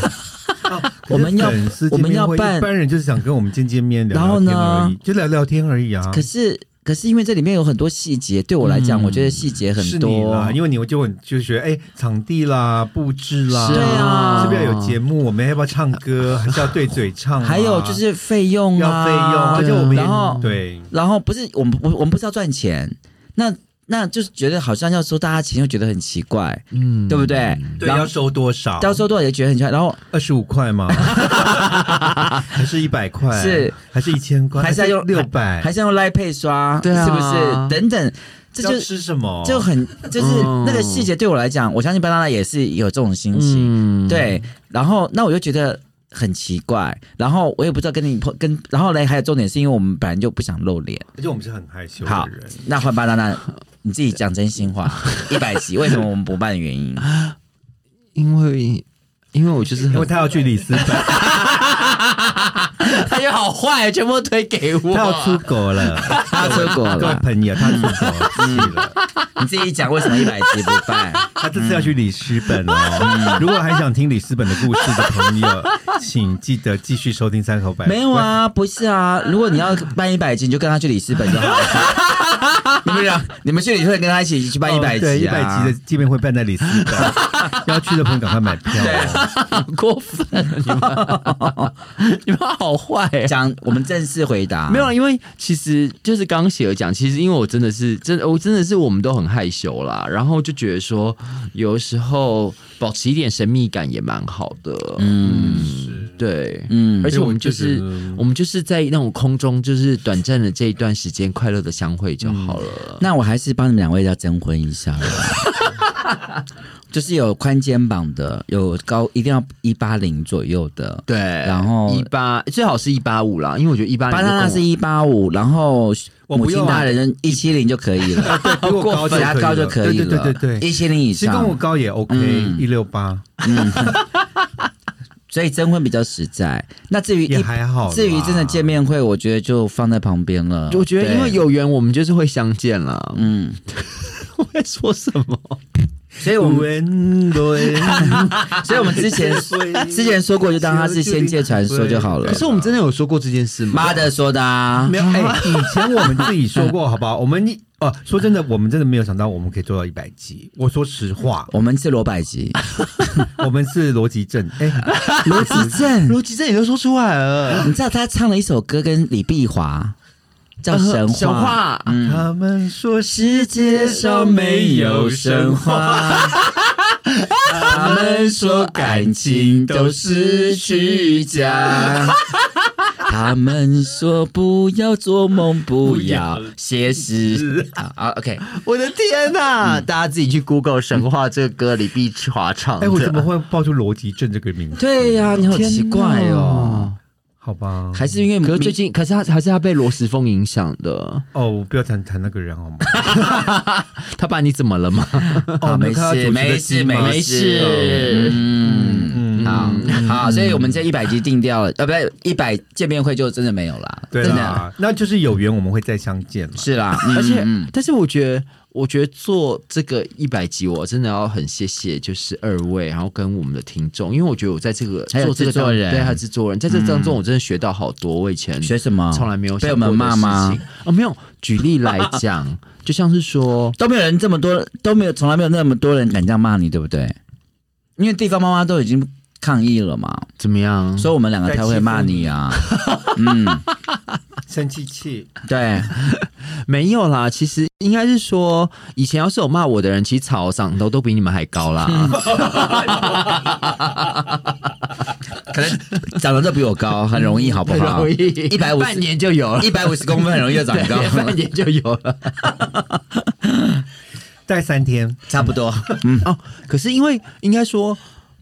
Speaker 1: 可是
Speaker 3: 我们要
Speaker 1: 粉丝
Speaker 3: 我们要
Speaker 1: 见面会
Speaker 3: 办
Speaker 1: 一般人就是想跟我们见见面，聊聊
Speaker 3: 然后呢
Speaker 1: 天而已，就聊聊天而已啊。
Speaker 3: 可是，可是因为这里面有很多细节，对我来讲，
Speaker 2: 嗯
Speaker 3: 我觉得细节很
Speaker 1: 是你
Speaker 3: 多。
Speaker 1: 啦，因为你就很就觉得哎，场地啦、布置啦，
Speaker 2: 是
Speaker 3: 啊
Speaker 1: 是不是要有节目？我们要不要唱歌？还是要对嘴唱啊？
Speaker 3: 还有就是费用
Speaker 1: 要
Speaker 3: 啊，
Speaker 1: 费用，而且我们也
Speaker 3: 然后
Speaker 1: 对
Speaker 3: 然后不是我们我我们不是要赚钱，那那就是觉得好像要收大家钱，又觉得很奇怪，
Speaker 2: 嗯，
Speaker 3: 对不对？
Speaker 1: 对
Speaker 3: 然后
Speaker 1: 要收多少？
Speaker 3: 要收多少也觉得很奇怪，然后
Speaker 1: 二十五块 吗？还是一百块？
Speaker 3: 是
Speaker 1: 还是一千块？
Speaker 3: 还是要用
Speaker 1: 六百？
Speaker 3: 还是要用 Line Pay 刷，
Speaker 2: 对啊
Speaker 3: 是不是？等等，这
Speaker 1: 要
Speaker 3: 就
Speaker 1: 吃什么？
Speaker 3: 就很就是
Speaker 2: 嗯
Speaker 3: 那个细节对我来讲，我相信班大大也是有这种心
Speaker 2: 嗯，
Speaker 3: 情，对。然后那我就觉得。很奇怪，然后我也不知道跟你跟，然后嘞，还有重点是因为我们本来就不想露脸。
Speaker 1: 而且我们是很害羞
Speaker 3: 好
Speaker 1: 的人。，
Speaker 3: 那换班大大，你自己讲真心 话，一百集为什么我们不办的原因？
Speaker 2: 因为因为我就是
Speaker 1: 因为
Speaker 2: 很，
Speaker 1: 他要去里斯本，
Speaker 2: 他就好坏，全部都推给我
Speaker 1: 他要出国了，
Speaker 3: 他出国
Speaker 1: 各位
Speaker 3: 了，
Speaker 1: 朋友，他出 国去了，
Speaker 3: 你自己讲为什么一百集不办？
Speaker 1: 他这次要去里斯本哦。如果还想听里斯本的故事的朋友，请记得继续收听三口百。
Speaker 3: 没有，啊，不是啊，如果你要办一百集，你就跟他去里斯本就好了。 你们俩，你们去里斯本跟他一起去办一百集、啊
Speaker 1: 哦对，一百 集的见面会办在里斯本，要去的朋友赶快买 票哦。
Speaker 2: 好 过分，你们你们好坏。 啊
Speaker 3: 讲，我们正式回答。
Speaker 2: 没有，啊，因为其实就是刚刚写了讲，其实因为我真的是真，我真的是我们都很害羞啦，然后就觉得说，有时候保持一点神秘感也蛮好的，嗯，对，
Speaker 3: 嗯
Speaker 2: 而且我们就
Speaker 1: 所以
Speaker 2: 是
Speaker 1: 我就觉得
Speaker 2: 我们就是在那种空中，就是短暂的这一
Speaker 3: 嗯
Speaker 2: 段时间快乐的相会就好了。
Speaker 3: 那我还是帮你们两位要征婚一下了。 就是有宽肩膀的，有高一定要一八零左右的，
Speaker 2: 对，然
Speaker 3: 后
Speaker 2: 一八最好是一八五啦，因为我觉得一八啊
Speaker 3: 巴娜娜是一八五，然后
Speaker 1: 我
Speaker 3: 母
Speaker 1: 不
Speaker 3: 亲
Speaker 1: 用啊
Speaker 3: 大人一七零就可以了，
Speaker 1: 比我高就可
Speaker 3: 比
Speaker 1: 以
Speaker 3: 他
Speaker 1: 了
Speaker 3: 高就可以
Speaker 1: 对
Speaker 3: 了，
Speaker 1: 对对对对，
Speaker 3: 一七零以
Speaker 1: 其实跟我
Speaker 3: 上，
Speaker 1: 高也 OK，
Speaker 3: 嗯
Speaker 1: 一六八
Speaker 3: 所以征婚比较实在。那至于
Speaker 1: 也
Speaker 3: 一，
Speaker 1: 还好啦。
Speaker 3: 至于真的见面会，我觉得就放在旁边了。
Speaker 2: 我觉得因为有缘，我们就是会相见啦。
Speaker 3: 对，嗯，
Speaker 2: 我在说 什 么？
Speaker 3: 所以我们，
Speaker 1: 温对，
Speaker 3: 所以我们之前 之前说过，就当它是仙界传说就好了
Speaker 2: 可。是我们真的有说过这件事吗？
Speaker 3: 妈的说的啊，
Speaker 1: 没有，哎、以前我们自己说过，好不好？我们一哦、说真的，我们真的没有想到我们可以做到一百集。我说实话，
Speaker 3: 我们是罗百 吉，啊
Speaker 1: 我们是逻辑正，哎、
Speaker 3: 罗子正，
Speaker 2: 逻辑这也都说出来了，
Speaker 3: 你知道他唱了一首歌跟李碧华叫《呃神话》，
Speaker 2: 神话
Speaker 3: 嗯，
Speaker 1: 他们说
Speaker 3: 世界上没有神话，他们说感情都是虚 假。他们说不要做梦，不要写 诗。啊啊，OK，
Speaker 2: 我的天呐！大家自己去 Google 神话这个歌里必华唱
Speaker 3: 哦
Speaker 1: 哎、我怎么会爆出逻辑正这个名字？
Speaker 3: 对呀、你好奇怪哦，
Speaker 1: 好吧，
Speaker 3: 还是因为
Speaker 2: 可是最
Speaker 3: 明
Speaker 2: 近，可是他还是他被罗时丰影响的。
Speaker 1: 哦，我不要谈谈那个人好 吗？
Speaker 2: 他把你怎么了吗？
Speaker 1: 哦，
Speaker 3: 啊没事，没事，没事，嗯。
Speaker 1: 嗯，
Speaker 3: 好好，所以我们这一百集定掉了，呃，不对，一百见面会就真的没有啦，
Speaker 1: 对啊
Speaker 3: 真的
Speaker 1: 啦，那就是有缘我们会再相见了。
Speaker 3: 是啦，嗯
Speaker 2: 而且
Speaker 3: 嗯，
Speaker 2: 但是我觉得，我觉得做这个一百集，我真的要很谢谢，就是二位，然后跟我们的听众，因为我觉得我在这个
Speaker 3: 还有
Speaker 2: 做这个
Speaker 3: 制作
Speaker 2: 当
Speaker 3: 人
Speaker 2: 对，还有制作人，在嗯这当中，我真的学到好多。我以前
Speaker 3: 学什么？
Speaker 2: 从来没有
Speaker 3: 被我
Speaker 2: 想过
Speaker 3: 们
Speaker 2: 的
Speaker 3: 骂
Speaker 2: 事
Speaker 3: 吗
Speaker 2: 情？哦，没有。举例来讲， 就像是说，
Speaker 3: 都没有人这么多，都没有，从来没有那么多人敢这样骂你，对不对？因为地方妈妈都已经抗议了嘛，
Speaker 2: 怎么样？
Speaker 3: 所以我们两个才会骂你啊。嗯，
Speaker 1: 生气气，
Speaker 3: 对，
Speaker 2: 没有啦，其实应该是说，以前要是有骂我的人，其实吵嗓头都比你们还高 啦。
Speaker 3: 可能长得都比我高，很容易，好不好？一百五
Speaker 2: 半
Speaker 3: 十，
Speaker 2: 年就有了，
Speaker 3: 一百五十公分很容易就长 高，
Speaker 2: 对 半年就有了。
Speaker 1: 大概三天，
Speaker 3: 差不多。
Speaker 2: 哦，可是因为应该说。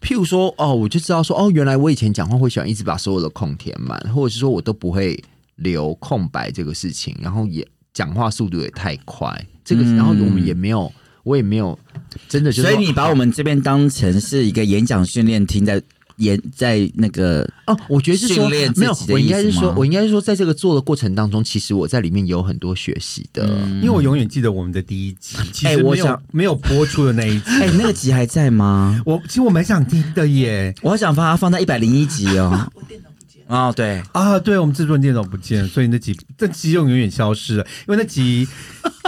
Speaker 2: 譬如说，哦，我就知道说，哦，原来我以前讲话会喜欢一直把所有的空填满，或者是说我都不会留空白这个事情，然后也讲话速度也太快，这个，
Speaker 3: 嗯
Speaker 2: 然后我们也没有，我也没有真的就是
Speaker 3: 所
Speaker 2: 说，
Speaker 3: 以你把我们这边当成是一个演讲训练厅，在演在那个
Speaker 2: 哦，我觉得是说
Speaker 3: 训练自己
Speaker 2: 没有
Speaker 3: 的，
Speaker 2: 我应该
Speaker 3: 意思
Speaker 2: 是说
Speaker 3: 吗，
Speaker 2: 我应该是说，在这个做的过程当中，其实我在里面有很多学习的。
Speaker 1: 因为我永远记得我们的第一集，其
Speaker 3: 哎
Speaker 1: 实
Speaker 3: 我
Speaker 1: 没有、
Speaker 3: 想
Speaker 1: 没有播出的那一集。
Speaker 3: 哎、那个集还在吗？
Speaker 1: 我其实我蛮想听的耶
Speaker 3: 我好想把它放在一百零一集哦。 哦，对，
Speaker 1: 啊！对我们制作人电脑不见了，所以那集这集又永远消失了。因为那集，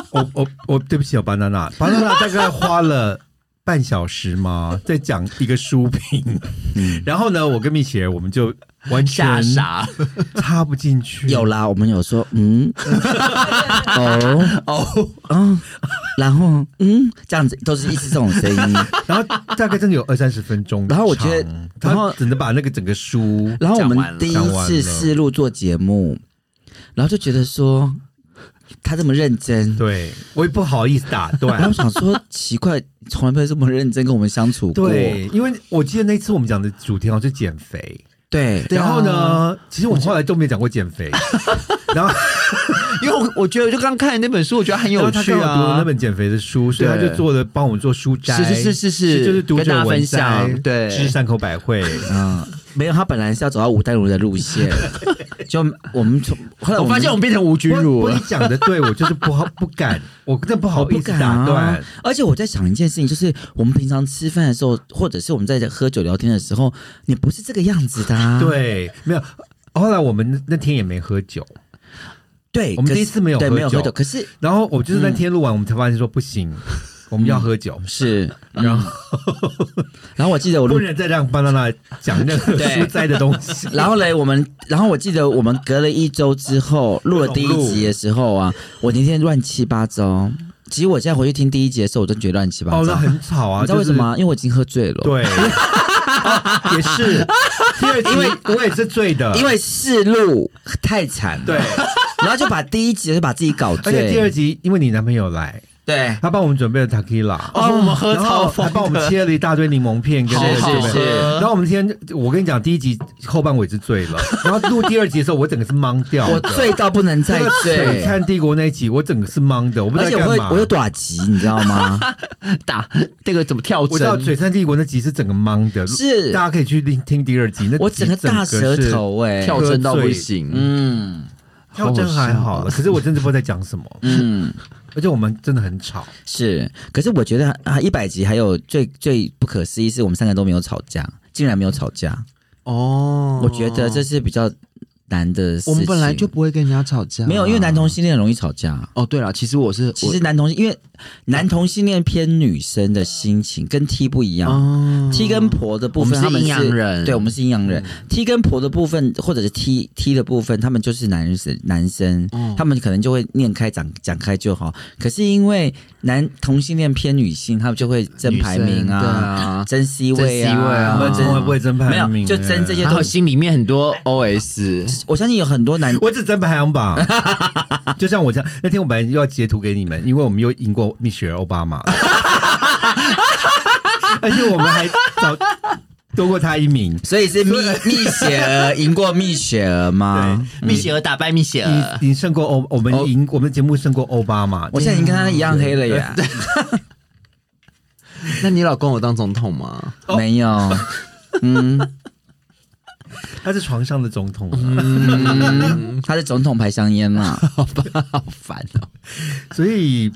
Speaker 1: 我我我对不起，我巴娜娜，巴娜娜大概花了半小时嘛，在讲一个书评。
Speaker 3: 嗯
Speaker 1: 然后呢，我跟蜜雪儿我们就完全
Speaker 2: 吓傻
Speaker 1: 插不进去。
Speaker 3: 有啦，我们有说，嗯， 哦哦哦，然后嗯，这样子都是一直这种声音。
Speaker 1: 然后大概真的有二三十分钟长，
Speaker 3: 然后我觉得然
Speaker 1: 然
Speaker 3: 后
Speaker 1: 后只能把那个整个书，
Speaker 3: 然后我
Speaker 2: 讲完
Speaker 3: 们
Speaker 2: 了
Speaker 3: 第一
Speaker 1: 讲完
Speaker 3: 次
Speaker 1: 了
Speaker 3: 试录做节目，然后就觉得说他这么认真，
Speaker 1: 对我也不好意思打
Speaker 3: 然后
Speaker 1: 断
Speaker 3: 我。想说奇怪，从来没有这么认真跟我们相处过。
Speaker 1: 对，因为我记得那次我们讲的主题好像是减肥，
Speaker 3: 对，
Speaker 2: 对啊
Speaker 1: 然后呢，其实我们后来都没有讲过减 肥，然后
Speaker 2: 因为我我觉得我就刚看的那本书，我觉得很
Speaker 1: 因
Speaker 2: 有
Speaker 1: 为他
Speaker 2: 趣
Speaker 1: 刚好读了
Speaker 2: 啊
Speaker 1: 那。本减肥的书，所以他
Speaker 2: 对
Speaker 1: 就做了帮我们做书摘，
Speaker 2: 是是是是是
Speaker 1: 就是读
Speaker 2: 跟大
Speaker 1: 者
Speaker 2: 家
Speaker 1: 文
Speaker 2: 分
Speaker 1: 摘
Speaker 2: 享，对
Speaker 1: 知山口百 惠，
Speaker 3: 嗯，没有，他本来是要走到吴淡如的路 线，就我们从后来
Speaker 2: 我
Speaker 3: 我
Speaker 2: 发现我
Speaker 3: 们
Speaker 2: 们变成吴君
Speaker 1: 不
Speaker 2: 如啊
Speaker 1: 不你
Speaker 2: 了，
Speaker 1: 讲的对，我就是不好不敢，我真的不
Speaker 3: 我
Speaker 1: 好
Speaker 3: 不
Speaker 1: 意思
Speaker 3: 敢
Speaker 1: 打
Speaker 3: 啊
Speaker 1: 断，。
Speaker 3: 而且我在想一件事情，就是我们平常吃饭的时候，或者是我们在喝酒聊天的时候，你不是这个样子的、
Speaker 2: 嗯
Speaker 3: 啊。
Speaker 1: 对，没有。后来我们那天也没喝酒，
Speaker 3: 对，
Speaker 1: 我们
Speaker 3: 可是
Speaker 1: 第一次没有
Speaker 3: 对
Speaker 1: 喝
Speaker 3: 没有喝
Speaker 1: 酒
Speaker 3: 酒，可是
Speaker 1: 然后我就是那天录完，我们才发现说不 行，我们要喝酒，
Speaker 2: 嗯
Speaker 3: 是，
Speaker 1: 然 后
Speaker 3: 然后我记得我录
Speaker 1: 不。能再让巴娜娜讲那 个
Speaker 3: 对
Speaker 1: 书斋的东西。
Speaker 3: 然后嘞，我们，然后我记得我们隔了一周之后录了第一集的时候啊，
Speaker 1: 嗯
Speaker 3: 我那天乱七八糟。其实我现在回去听第一集的时候，我真觉得乱七八
Speaker 1: 哦，
Speaker 3: 糟。
Speaker 1: 那很吵啊，
Speaker 3: 你知道为
Speaker 1: 就是
Speaker 3: 什么？吗？因为我已经喝醉了。
Speaker 1: 对，啊也是。第二集
Speaker 3: 因为
Speaker 1: 我也是醉的，
Speaker 3: 因为试录太惨了，
Speaker 1: 对，
Speaker 3: 然后就把第一集就把自己搞
Speaker 1: 而且第二
Speaker 3: 醉。
Speaker 1: 集因为你男朋友来，
Speaker 3: 对，
Speaker 1: 他帮我们准备了 tequila，
Speaker 2: 哦我们喝
Speaker 1: 然后
Speaker 2: 超疯
Speaker 1: 还帮我们
Speaker 2: 的
Speaker 1: 切了一大堆柠檬片跟
Speaker 3: 是
Speaker 1: 那个
Speaker 3: 是
Speaker 1: 什么
Speaker 3: 是
Speaker 1: 然后我们今天，我跟你讲，第一集后半尾是醉了，然后录第二集的时候，我整个是懵掉的。
Speaker 4: 我醉到不能再
Speaker 1: 那个璀
Speaker 4: 醉，
Speaker 1: 璨帝国那一集，我整个是懵的，我不知道
Speaker 3: 而且
Speaker 1: 在
Speaker 3: 我
Speaker 1: 干
Speaker 3: 会
Speaker 1: 嘛。
Speaker 3: 我有短集，你知道 吗？
Speaker 2: 打这个怎么跳
Speaker 1: 我知道《
Speaker 2: 针？
Speaker 1: 璀璨帝国》那集是整个懵的，
Speaker 3: 是
Speaker 1: 大家可以去听听第二集。那集
Speaker 3: 我整个大
Speaker 1: 整个
Speaker 3: 舌
Speaker 1: 是，
Speaker 3: 头哎、
Speaker 2: 跳针到不行，
Speaker 3: 嗯
Speaker 1: 跳针还好了，可是我真的不知道在讲什么，
Speaker 3: 啊嗯，
Speaker 1: 而且我们真的很吵。
Speaker 3: 是。可是我觉得啊，一百集还有最最不可思议是我们三个都没有吵架，竟然没有吵架，
Speaker 2: 哦
Speaker 3: 我觉得这是比较难的事情。
Speaker 2: 我们本来就不会跟人家吵架，
Speaker 3: 没有，因为男同性恋很容易吵架。
Speaker 2: 哦，对了，其实我是
Speaker 3: 其实男同性，因为男同性恋偏女生的心情跟 T 不一
Speaker 2: 我
Speaker 3: 样、
Speaker 2: 哦
Speaker 3: t 跟婆的部
Speaker 2: 我
Speaker 3: 分
Speaker 2: 们
Speaker 3: 他
Speaker 2: 是
Speaker 3: 们
Speaker 2: 阴阳人，嗯
Speaker 3: 对，我们是阴阳人、t 跟婆的部分，或者是 T T 的部分，他们就是男生男生，
Speaker 2: 哦
Speaker 3: 他们可能就会念开讲讲开就好。可是因为男同性恋偏女性，他们就会争排名
Speaker 2: 女生对
Speaker 3: 啊，
Speaker 2: 啊，
Speaker 3: 争 C
Speaker 2: 争 C
Speaker 3: 位啊，
Speaker 2: 位啊
Speaker 1: 我们
Speaker 2: 真
Speaker 1: 从来不会争排
Speaker 3: 没有
Speaker 1: 名，欸
Speaker 3: 就争这些
Speaker 2: 然后心里面很多 OS，
Speaker 3: 我相信有很多男
Speaker 1: 我只争排行 榜，就像我这样。那天我本来又要截图给你们，因为我们又赢过蜜雪儿奥巴马，而且我们还早多过他一名。
Speaker 3: 所以是蜜蜜雪儿赢过蜜雪儿吗？
Speaker 2: 蜜雪儿打败蜜雪
Speaker 3: 呃
Speaker 2: 儿，
Speaker 1: 你你胜过欧，我们赢，我们节目胜过奥巴马。
Speaker 3: 哦我现在已经跟他一样黑了耶，
Speaker 2: 那你老公有当总统吗？
Speaker 3: 没有，嗯，
Speaker 1: 啊他是床上的总统啊，
Speaker 3: 他是总统牌香烟 嘛，
Speaker 2: 好烦哦，
Speaker 1: 所以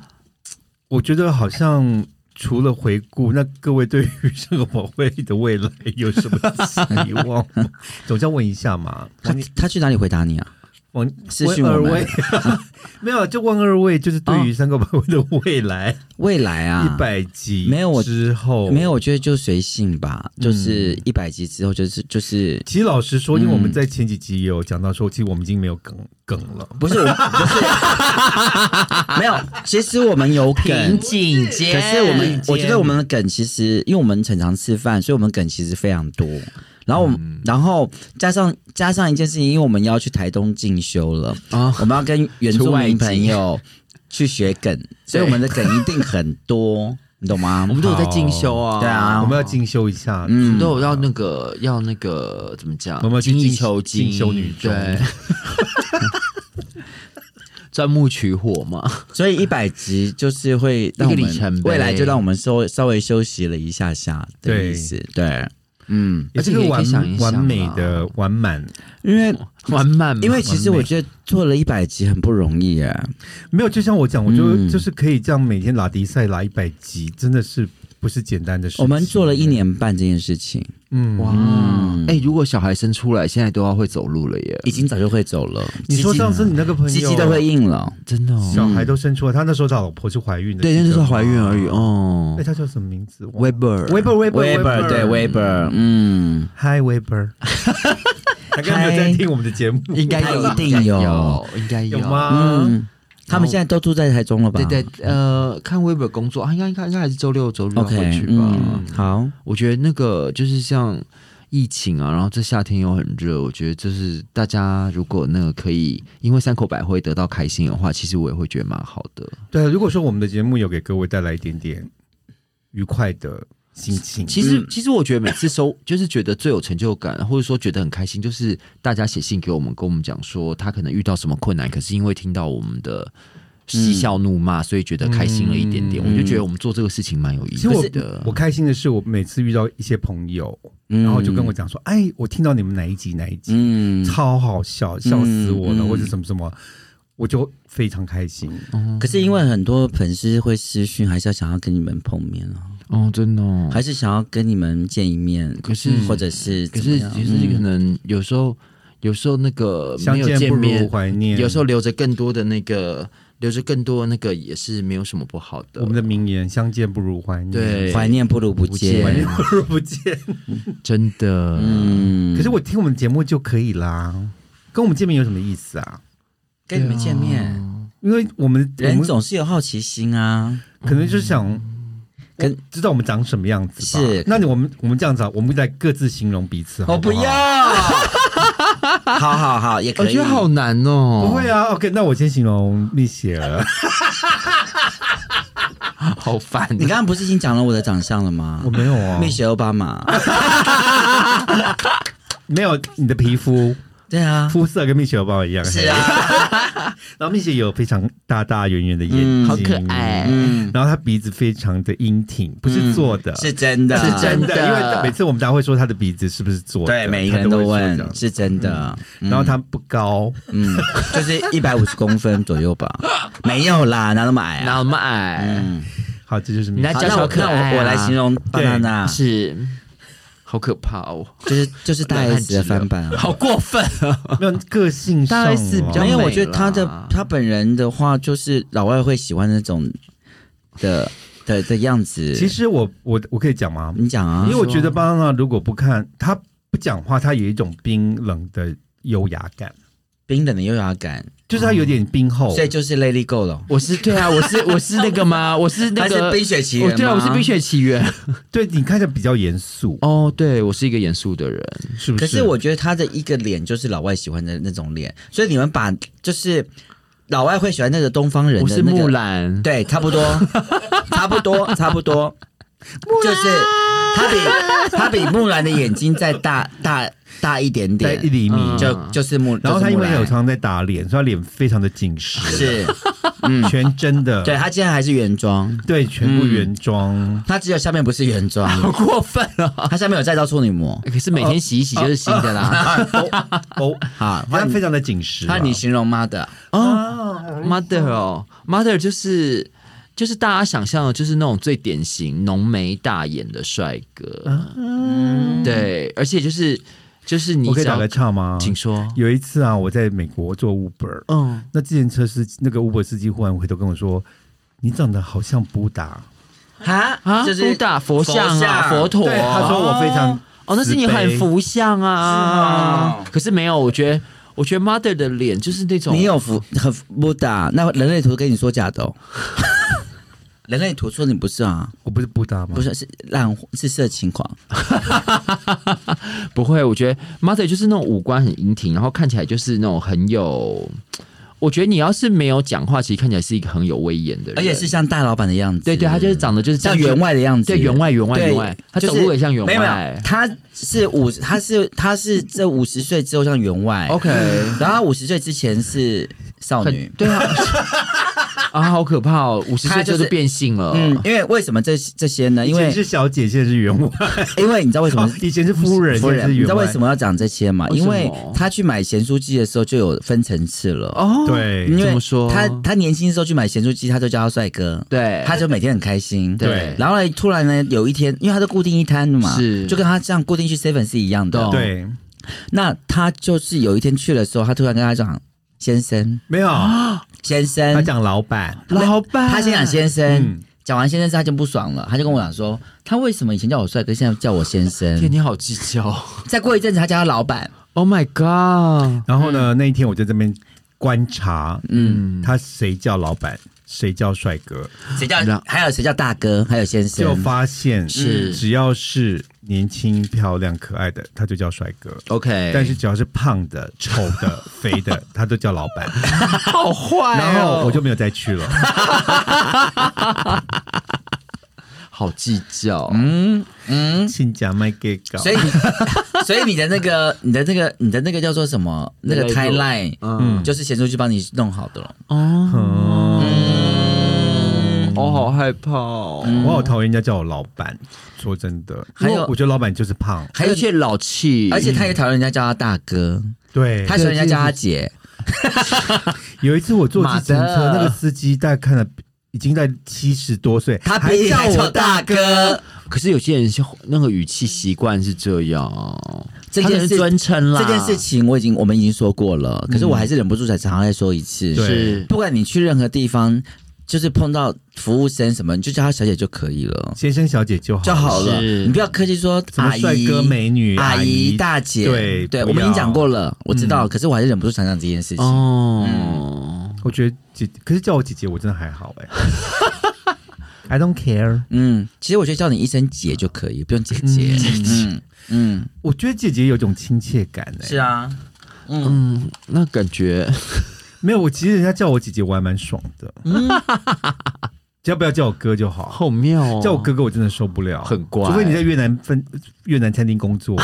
Speaker 1: 我觉得好像除了回顾，那各位对于这个宝贝的未来有什么希 望吗？总是要问一下嘛。
Speaker 3: 他他去哪里回答你啊？
Speaker 1: 问
Speaker 3: 私
Speaker 1: 问
Speaker 3: 讯我
Speaker 1: 二
Speaker 3: 们
Speaker 1: 位， 没有就问二位，就是对于三个宝贝的未来
Speaker 3: 未来啊，
Speaker 1: 一百集
Speaker 3: 没有我
Speaker 1: 之
Speaker 2: 哦
Speaker 1: 后
Speaker 3: 没有，。我觉得就随性吧，
Speaker 2: 嗯
Speaker 3: 就是一百集之后，就是 就是
Speaker 1: 其实老实说，因为
Speaker 3: 嗯
Speaker 1: 我们在前几集也有讲到说，其实我们已经没有梗梗了。
Speaker 3: 不是我不是没有，其实我 们有梗。
Speaker 2: 颈
Speaker 3: 可
Speaker 2: 间
Speaker 3: 是我们，我觉得我们的梗其实，因为我们很常吃饭，所以我们梗其实非常多。然后我们，
Speaker 2: 嗯
Speaker 3: 然后加上加上一件事情，因为我们要去台东进修了，
Speaker 2: 啊，
Speaker 3: 我们要跟原住民朋友去学梗，所以我们的梗一定很多，你懂吗？
Speaker 2: 我们都有在进修啊，
Speaker 3: 对啊
Speaker 1: 哦我们要进修一下，
Speaker 2: 我
Speaker 3: 嗯
Speaker 2: 们都有要那个要那个怎么讲？
Speaker 1: 我们要去
Speaker 2: 精益
Speaker 1: 进
Speaker 2: 求精，
Speaker 1: 进修女中
Speaker 2: 对，钻木取火嘛。
Speaker 3: 所以一百集就是会让我
Speaker 2: 一个里程
Speaker 3: 们
Speaker 2: 碑
Speaker 3: 未来就让我们稍稍微休息了一下下的
Speaker 1: 对
Speaker 3: 意思，对，嗯，
Speaker 1: 也是
Speaker 2: 而且
Speaker 1: 个
Speaker 2: 也可
Speaker 1: 完
Speaker 2: 以想一啊想
Speaker 1: 完美
Speaker 2: 啦
Speaker 1: 的完满，
Speaker 3: 因为
Speaker 2: 完满嘛，
Speaker 3: 因为其实我觉得做了一百集很不容易耶，
Speaker 1: 没有就像我讲，我就、
Speaker 3: 嗯
Speaker 1: 就是可以这样每天拉迪赛拉一百集，真的是不是简单的事情。
Speaker 3: 我们做了一，年半这件事情，
Speaker 1: 嗯，
Speaker 2: 哇，哎、如果小孩生出来，现在都要会走路了耶，
Speaker 3: 已经早就会走了，
Speaker 1: 你说上次你那个朋友，
Speaker 3: 鸡鸡都会硬了，
Speaker 2: 真的哦。
Speaker 1: 小孩都生出来，他那时候他老婆是怀孕的，
Speaker 2: 对，那就是
Speaker 1: 记得吗
Speaker 2: 怀孕而已。哦
Speaker 1: 哎，。他叫什么名字
Speaker 2: Weber，
Speaker 1: ？Weber，Weber，Weber，
Speaker 3: Weber 对 Weber，嗯，
Speaker 1: Hi Weber，他刚刚没有在听我们的节目，
Speaker 2: 应该有，
Speaker 3: 他一定
Speaker 2: 应该有
Speaker 3: 有，
Speaker 2: 应该
Speaker 1: 有吗？
Speaker 3: 嗯，他们现在都住在台中了吧？
Speaker 2: 对对，呃，看 Weber 工作，啊，应该应该应该还是周六周日要
Speaker 3: ，OK，
Speaker 2: 回去吧。
Speaker 3: 嗯，好，
Speaker 2: 我觉得那个就是像疫情啊，然后这夏天又很热，我觉得就是大家如果那个可以因为三口百惠得到开心的话，其实我也会觉得蛮好的。
Speaker 1: 对，啊如果说我们的节目有给各位带来一点点愉快的心情，嗯
Speaker 2: 其实，其实我觉得每次收，就是觉得最有成就感，或者说觉得很开心，就是大家写信给我们，跟我们讲说他可能遇到什么困难，可是因为听到我们的嬉笑怒骂，所以觉得开心了一点点。
Speaker 3: 嗯
Speaker 2: 我就觉得我们做这个事情蛮有
Speaker 1: 其
Speaker 2: 意义
Speaker 1: 实我
Speaker 2: 的。
Speaker 1: 我开心的是，我每次遇到一些朋友，
Speaker 3: 嗯
Speaker 1: 然后就跟我，讲说，哎，我听到你们哪一集哪一集，
Speaker 3: 嗯，
Speaker 1: 超好笑，笑死我了，
Speaker 3: 嗯
Speaker 1: 或者什么什么，我就非常开心。
Speaker 3: 可是因为很多粉丝会私讯，还是要想要跟你们碰面啊，
Speaker 2: 哦，真的、哦，
Speaker 3: 还是想要跟你们见一面，
Speaker 2: 可是
Speaker 3: 或者是
Speaker 2: 可
Speaker 3: 怎么
Speaker 2: 是
Speaker 3: 样嗯
Speaker 2: 其实可能有时候，有时候那
Speaker 3: 呃
Speaker 2: 个
Speaker 1: 相
Speaker 2: 没有
Speaker 1: 见
Speaker 2: 嗯见
Speaker 1: 不
Speaker 2: 面
Speaker 1: 如，怀念，
Speaker 2: 有时候留着更多的那个，留着更多的那个也是没有什么不好的。
Speaker 1: 我们的名言“相见不如怀念”，
Speaker 2: 对
Speaker 3: 嗯怀念不如不见
Speaker 1: 怀。念 不如不见。
Speaker 2: 真的，
Speaker 3: 嗯
Speaker 1: 可是我听我们节目就可以啦，跟我们见面有什么意思啊？
Speaker 3: 跟你们见面，
Speaker 1: 因为我们我
Speaker 3: 人
Speaker 1: 们
Speaker 3: 总是有好奇心啊。
Speaker 1: 可能就是想。
Speaker 3: 跟
Speaker 1: 跟知道我们长什么样子吧？
Speaker 3: 是
Speaker 1: 那你我们我们这样子啊，我们来各自形容彼此好
Speaker 3: 我
Speaker 1: 不
Speaker 3: 不
Speaker 1: 好
Speaker 3: 要， 好好好，也
Speaker 2: 我
Speaker 3: 可以。
Speaker 2: 觉得好难哦。
Speaker 1: 不会啊。OK，那我先形容蜜雪儿。
Speaker 2: 好烦
Speaker 3: 你刚刚不是已经讲了我的长相了吗哦
Speaker 1: 我？没有啊，
Speaker 3: 蜜雪奥巴马，
Speaker 1: 没有你的皮肤
Speaker 3: 对 啊，
Speaker 1: 肤色跟蜜雪儿包一样，
Speaker 3: 是啊，
Speaker 1: 黑。然后蜜雪有非常大大圆圆的眼睛，
Speaker 3: 嗯
Speaker 2: 好可爱
Speaker 3: 嗯，
Speaker 1: 然后她鼻子非常的英挺，不是做的，
Speaker 3: 是真的，
Speaker 2: 是真的
Speaker 1: 的。因为每次我们大家会说她的鼻子是不是做的，
Speaker 3: 对，每一个人
Speaker 1: 她
Speaker 3: 都
Speaker 1: 都会说这
Speaker 3: 问，
Speaker 1: 样
Speaker 3: 是真的。
Speaker 1: 嗯然后她不高，
Speaker 3: 嗯，就是一百五十公分左右吧，没有啦，哪那么矮
Speaker 2: 哪
Speaker 3: 啊？
Speaker 2: 有那么矮？
Speaker 3: 嗯，
Speaker 1: 好，这就是蜜
Speaker 2: 你来
Speaker 1: 雪
Speaker 2: 娇
Speaker 3: 好那
Speaker 2: 小
Speaker 3: 我
Speaker 2: 可
Speaker 3: 那
Speaker 2: 爱啊
Speaker 3: 我我来形容
Speaker 1: 对
Speaker 3: banana，
Speaker 2: 是，好可怕哦，
Speaker 3: 就是就是大
Speaker 2: 冷汗
Speaker 3: S
Speaker 2: 直流
Speaker 3: 的翻版啊。
Speaker 2: 好过分啊！
Speaker 1: 没有个性上啊，
Speaker 2: 大概是比较
Speaker 3: 没有，
Speaker 2: 美
Speaker 3: 我觉得他的
Speaker 2: 啦
Speaker 3: 他本人的话，就是老外会喜欢那种的的的样子。
Speaker 1: 其实我我我可以讲吗？
Speaker 3: 你讲啊
Speaker 1: 因为，我觉得巴娜如果不看她不讲话，她有一种冰冷的优雅感，
Speaker 3: 冰冷的优雅感，
Speaker 1: 就是她有点冰厚
Speaker 3: 所。以就是 Let It Go 了。
Speaker 2: 我是对啊，我是我是那个吗？我是那
Speaker 3: 他是
Speaker 2: 个
Speaker 3: 冰雪奇
Speaker 2: 我
Speaker 3: 缘吗，
Speaker 2: 对啊，我是《冰雪奇缘》
Speaker 1: 对你看着比较严肃，
Speaker 2: 哦，对我是一个严肃的人，
Speaker 1: 是不
Speaker 3: 可
Speaker 1: 是？
Speaker 3: 是我觉得他的一个脸就是老外喜欢的那种脸，所以你们把就是老外会喜欢那个东方人
Speaker 2: 我
Speaker 3: 的
Speaker 2: 是
Speaker 3: 那
Speaker 2: 木
Speaker 3: 个，
Speaker 2: 兰，
Speaker 3: 对，差不多，差不多，差不多，就是他比他比木兰的眼睛再大大大一点
Speaker 1: 在一
Speaker 3: 点，
Speaker 1: 厘米，
Speaker 2: 嗯
Speaker 3: 就就是木，
Speaker 1: 然后
Speaker 3: 就
Speaker 1: 他
Speaker 3: 是
Speaker 1: 因
Speaker 3: 木
Speaker 1: 为
Speaker 3: 兰
Speaker 1: 有常在打脸，所以他脸非常的紧实，
Speaker 3: 是，嗯
Speaker 1: 全真 的，
Speaker 3: 对他现在还是原装，
Speaker 1: 对全部原装。
Speaker 3: 他只有下面不是原装，
Speaker 2: 好过分啊！
Speaker 3: 他下面有再造处 女膜。
Speaker 2: 可是每天洗一洗就是新的啦。
Speaker 1: 哦，
Speaker 3: 好，
Speaker 1: 他
Speaker 3: 那
Speaker 1: 非常的紧实啊。
Speaker 3: 那你形容妈的，
Speaker 1: 哦，
Speaker 2: Mother 哦，Mother 就是就是大家想象的，就是那种最典型浓眉大眼的帅
Speaker 1: 啊
Speaker 2: 哥，对，而且就是就是你
Speaker 1: 我可以
Speaker 2: 只
Speaker 1: 打
Speaker 2: 要
Speaker 1: 个岔吗？
Speaker 2: 请说，
Speaker 1: 有一次啊，我在美国做 Uber，
Speaker 2: 嗯，
Speaker 1: 那之前车司机那个 Uber 司机忽然回头跟我说：“你长得好像布达。
Speaker 3: 哈
Speaker 2: 啊，
Speaker 3: 就
Speaker 2: 布
Speaker 3: 是
Speaker 2: 达佛像啊，
Speaker 3: 像
Speaker 2: 佛”陀，
Speaker 1: 对，他说我非常
Speaker 2: 哦，那是你
Speaker 1: 慈悲
Speaker 2: 很福相啊
Speaker 3: 是吗，哦
Speaker 2: 可是没有，我觉得我觉得 Mother 的脸就是那种
Speaker 3: 你有服很服不打，那人类图跟你说 假的、哦。人类图说你不是啊，
Speaker 1: 我不是布达吗？
Speaker 3: 不，是是烂是色情狂，
Speaker 2: 不会，我觉得 mother 就是那种五官很英挺，然后看起来就是那种很有，我觉得你要是没有讲话，其实看起来是一个很有威严的人，
Speaker 3: 而且是像大老板的样子。
Speaker 2: 对对，他就是长得就是
Speaker 3: 像员，外的样子，
Speaker 2: 对员外员外
Speaker 3: 对
Speaker 2: 员外，他
Speaker 3: 就是
Speaker 2: 走路也像员
Speaker 3: 没有没
Speaker 2: 外
Speaker 3: 有，。他是五，他是他是这五十岁之后像员外
Speaker 2: OK，
Speaker 3: 然后五十岁之前是少
Speaker 2: 很
Speaker 3: 女。
Speaker 2: 对 啊，啊，好可怕哦！五十岁
Speaker 3: 他
Speaker 2: 之
Speaker 3: 就
Speaker 2: 后
Speaker 3: 是
Speaker 2: 就变性了，
Speaker 3: 嗯，因为为什么这这些呢？因
Speaker 1: 以前
Speaker 3: 为
Speaker 1: 是小姐，现在是员外，
Speaker 3: 因为你知道为什么
Speaker 1: 哦 以前是夫人，
Speaker 3: 夫
Speaker 1: 现在
Speaker 3: 人，
Speaker 1: 是
Speaker 3: 你
Speaker 1: 员
Speaker 3: 知道
Speaker 1: 外
Speaker 3: 为。什么要讲这些吗？
Speaker 2: 为什
Speaker 3: 因
Speaker 2: 么
Speaker 3: 为他去买咸酥鸡的时候就有分层次了。
Speaker 2: 哦，
Speaker 1: 对
Speaker 3: 因为
Speaker 2: 怎么说
Speaker 3: 他他年轻的时候去买咸酥鸡，他就叫他帅哥，
Speaker 2: 对，
Speaker 3: 他就每天很开心。
Speaker 2: 对
Speaker 3: 然后呢，突然呢，有一天，因为他是固定一摊的嘛，
Speaker 2: 是
Speaker 3: 就跟他这样固定去 seven 是一样的。
Speaker 2: 懂
Speaker 1: 对，
Speaker 3: 那他就是有一天去的时候，他突然跟他讲：“先生，
Speaker 1: 没有，
Speaker 3: 嗯先
Speaker 1: 他
Speaker 3: 生。”
Speaker 1: 讲老板，
Speaker 2: 老板，
Speaker 3: 他先讲先生
Speaker 1: 嗯，
Speaker 3: 讲完先生之后他就不爽了，他就跟我讲说，他为什么以前叫我帅哥，现在叫我先
Speaker 2: 天，
Speaker 3: 生？
Speaker 2: 你好计较
Speaker 3: 再过一阵子他叫他老板，
Speaker 2: ，Oh my god，
Speaker 1: 然后呢，那一天我在这边观察，
Speaker 3: 嗯，
Speaker 1: 他谁叫老板，谁叫帅哥，
Speaker 3: 谁叫
Speaker 2: 然后
Speaker 3: 还有谁叫大哥，还有先
Speaker 1: 就
Speaker 3: 生。
Speaker 1: 发现
Speaker 2: 是
Speaker 1: 只要是年轻、漂亮、可爱的，他就叫帅哥。
Speaker 2: OK，
Speaker 1: 但是只要是胖的、丑的、肥 的，他都叫老板。
Speaker 2: 好
Speaker 3: 哎
Speaker 2: 坏哦
Speaker 1: 然后我就没有再去了。
Speaker 2: 好计较，
Speaker 3: 嗯嗯，
Speaker 1: 请假卖给搞
Speaker 3: 所，以你， 所以你的那个，你的那个，你的那个叫做什么？那个
Speaker 2: Label
Speaker 3: tie line，
Speaker 2: 嗯
Speaker 3: 就是贤出去帮你弄好的了。
Speaker 2: 哦。
Speaker 1: 嗯，
Speaker 2: 我好害怕哦。
Speaker 1: 我好讨厌人家叫我老板。说真的，
Speaker 3: 嗯还有
Speaker 1: 因为我觉得老板就是胖，
Speaker 3: 还有
Speaker 2: 而且老气，
Speaker 3: 而且他也讨厌人家叫他大哥，
Speaker 1: 对。
Speaker 3: 他喜欢人家叫他姐。
Speaker 1: 有一次我坐计程
Speaker 3: 马
Speaker 1: 车，
Speaker 3: 德
Speaker 1: 那个司机大概看了已经在七十多岁，
Speaker 3: 他
Speaker 1: 还
Speaker 3: 比你
Speaker 1: 叫
Speaker 3: 还
Speaker 1: 我
Speaker 3: 叫大哥，
Speaker 2: 可是有些人是那个语气习惯是这样，
Speaker 3: 这
Speaker 2: 他可
Speaker 3: 件
Speaker 2: 能
Speaker 3: 事
Speaker 2: 尊称啦，
Speaker 3: 这件事情我已经我们已经说过了，可是我还是忍不住再常常再说一次。
Speaker 1: 嗯对
Speaker 2: 是
Speaker 3: 不管你去任何地方，就是碰到服务生什么，你就叫他小姐就可以了，
Speaker 1: 先生小姐就好
Speaker 3: 就好了。
Speaker 2: 是
Speaker 3: 你不要客气说
Speaker 1: 哦什么
Speaker 3: 阿
Speaker 1: 帅
Speaker 3: 姨、
Speaker 1: 哥、美女、
Speaker 3: 阿姨、大姐。
Speaker 1: 对
Speaker 3: 对，
Speaker 1: 不
Speaker 3: 我们已
Speaker 1: 要
Speaker 3: 经
Speaker 1: 嗯
Speaker 3: 讲过了，我知道，可是我还是忍不住想讲这件事情。嗯
Speaker 2: 哦。
Speaker 1: 我觉得姐，可是叫我姐姐我真的还好哎、I don't care。
Speaker 3: 嗯，其实我觉得叫你一声姐就可以，不用姐姐。嗯嗯，
Speaker 1: 我觉得姐姐有种亲切感哎、
Speaker 3: 啊，
Speaker 2: 嗯，那感觉
Speaker 3: 嗯
Speaker 1: 没有我其实人家叫我姐姐我还蛮爽的。 只要不要叫我哥就好。
Speaker 2: 好妙哦！
Speaker 1: 叫我哥哥我真的受不了，
Speaker 2: 很乖
Speaker 1: 除非你在越南分越南餐厅工 作，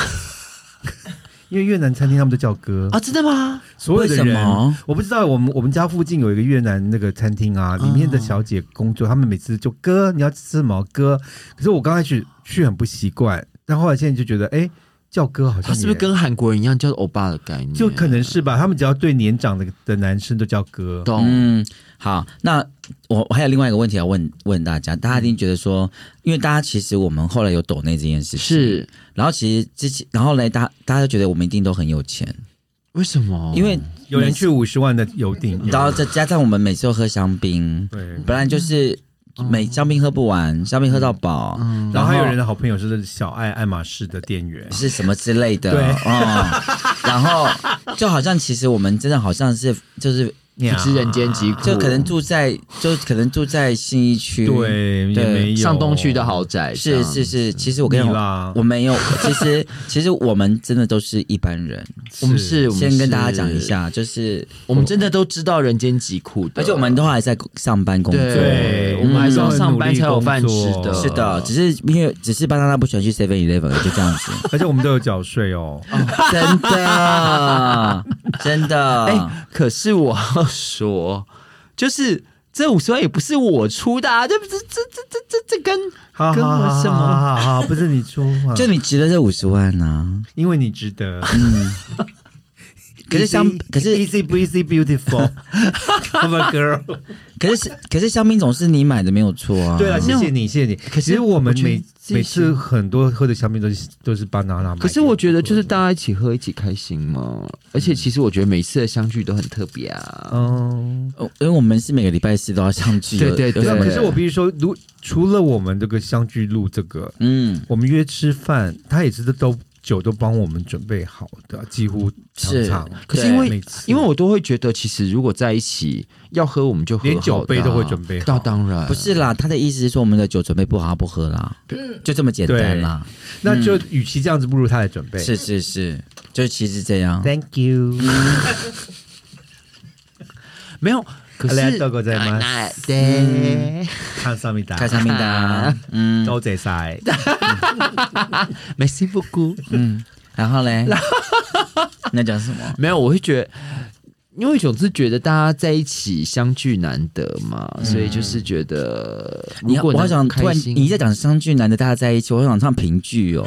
Speaker 1: 因为越南餐厅他们都叫哥
Speaker 2: 啊，真的吗？
Speaker 1: 所有的
Speaker 3: 为什
Speaker 1: 人
Speaker 3: 么，
Speaker 1: 我不知道我们我们家附近有一个越南那个餐厅啊，里面的小姐工作，他们每次就哥你要吃什么哥，可是我刚开始去很不习惯，但后来现在就觉得哎、叫哥好像
Speaker 2: 他是不
Speaker 1: 也
Speaker 2: 是跟韩国人一样叫欧巴的概念？
Speaker 1: 就可能是吧，他们只要对年长的的男生都叫哥，
Speaker 2: 懂
Speaker 3: 嗯，好，那我我还有另外一个问题要问问大家，大家一定觉得说，因为大家其实我们后来有抖内这件事情，
Speaker 2: 是
Speaker 3: 然后其实之前，然后呢，大家大家都觉得我们一定都很有钱，
Speaker 2: 为什么？
Speaker 1: 哦
Speaker 3: 因为
Speaker 1: 有人去五十万的游艇，
Speaker 3: 然后再加上我们每次都喝香槟，
Speaker 1: 对，
Speaker 3: 本来就是
Speaker 1: 嗯
Speaker 3: 每香槟喝不完，香槟喝到饱，
Speaker 1: 然后还有人的好朋友是小爱爱马仕的店员，
Speaker 3: 是什么之类的，
Speaker 1: 对
Speaker 3: 哦，然后就好像其实我们真的好像是就是
Speaker 2: 不知人间疾苦，
Speaker 3: 就可能住在就可能住在信义区，
Speaker 1: 对，也
Speaker 3: 对
Speaker 1: 没有
Speaker 2: 上东区的豪宅，这
Speaker 3: 是
Speaker 2: 样
Speaker 3: 是是，其实我跟你
Speaker 1: 你
Speaker 3: 讲，
Speaker 1: 啦，
Speaker 3: 我没有，其实其实我们真的都是一般人。
Speaker 2: 我们是，我们
Speaker 3: 先跟大家讲一
Speaker 2: 是，
Speaker 3: 下，就是
Speaker 2: 我们真的都知道人间疾苦的，
Speaker 3: 而且我们都还在上班工作。
Speaker 2: 对，我啊们还是要上班才有饭吃的，
Speaker 1: 嗯
Speaker 3: 是的，只是因为只是巴娜娜不喜欢去 Seven Eleven，就这样子，
Speaker 1: 而且我们都有缴税哦。
Speaker 3: 真的，真的，
Speaker 2: 哎、可是我要说， 就是这五十万也不是我出的、啊，这不是这这这这这跟
Speaker 1: 好
Speaker 2: 跟我什么
Speaker 1: 好好好好不是你出嘛？
Speaker 3: 就你值得这五十万呢、
Speaker 1: 因为你值得。
Speaker 3: 可是香
Speaker 1: Easy-
Speaker 3: 可是
Speaker 1: easy easy beautiful，I'm a girl。
Speaker 3: 可是可是香槟总是你买的没有错啊。
Speaker 1: 对了，谢谢你，谢谢你。
Speaker 2: 可是
Speaker 1: 其实我们每
Speaker 2: 我觉得
Speaker 1: 每次很多喝的香槟都是都是 banana 买的。
Speaker 2: 可是我觉得就是大家一起喝，一起开心嘛。而且其实我觉得每次的相聚都很特别啊。
Speaker 1: 嗯，
Speaker 3: 哦，因为我们是每个礼拜四都要相聚的，
Speaker 2: 对对
Speaker 1: 对
Speaker 3: 有什
Speaker 1: 啊。
Speaker 3: 么
Speaker 1: 可是我必须说，如除了我们这个相聚路这个，
Speaker 3: 嗯，
Speaker 1: 我们约吃饭，他也是都酒都帮我们准备好的，几乎常
Speaker 3: 是
Speaker 1: 常。
Speaker 2: 可是嗯
Speaker 3: 对
Speaker 2: 因
Speaker 1: 每
Speaker 2: 为
Speaker 1: 次
Speaker 2: 因为我都会觉得，其实如果在一起要喝，我们就喝
Speaker 1: 连酒
Speaker 2: 好的啊
Speaker 1: 杯都会准备好
Speaker 2: 那当然
Speaker 3: 不是啦，他的意思是说我们的酒准备不好，他不喝啦，
Speaker 2: 嗯
Speaker 3: 就这么简单啦。
Speaker 1: 那就与其这样子，不如他来准备。
Speaker 3: 是是是，就其实这样。
Speaker 1: Thank you。
Speaker 2: 没有。可
Speaker 1: あ
Speaker 2: 是
Speaker 1: りがとうございます
Speaker 2: 哎对，
Speaker 1: 看上面打
Speaker 3: 开香槟的 啊，嗯
Speaker 1: 都在晒。
Speaker 2: 没心不辜。
Speaker 3: 嗯，然后 嘞，那讲什么？
Speaker 2: 没有，我会觉得，因为总是觉得大家在一起相聚难得嘛，所以就是觉得
Speaker 3: 嗯你
Speaker 2: 如果
Speaker 3: 我好
Speaker 2: 能
Speaker 3: 想突
Speaker 2: 开
Speaker 3: 然，
Speaker 2: 心，
Speaker 3: 你在讲相聚男的大家在一起，我好想唱评剧 哦。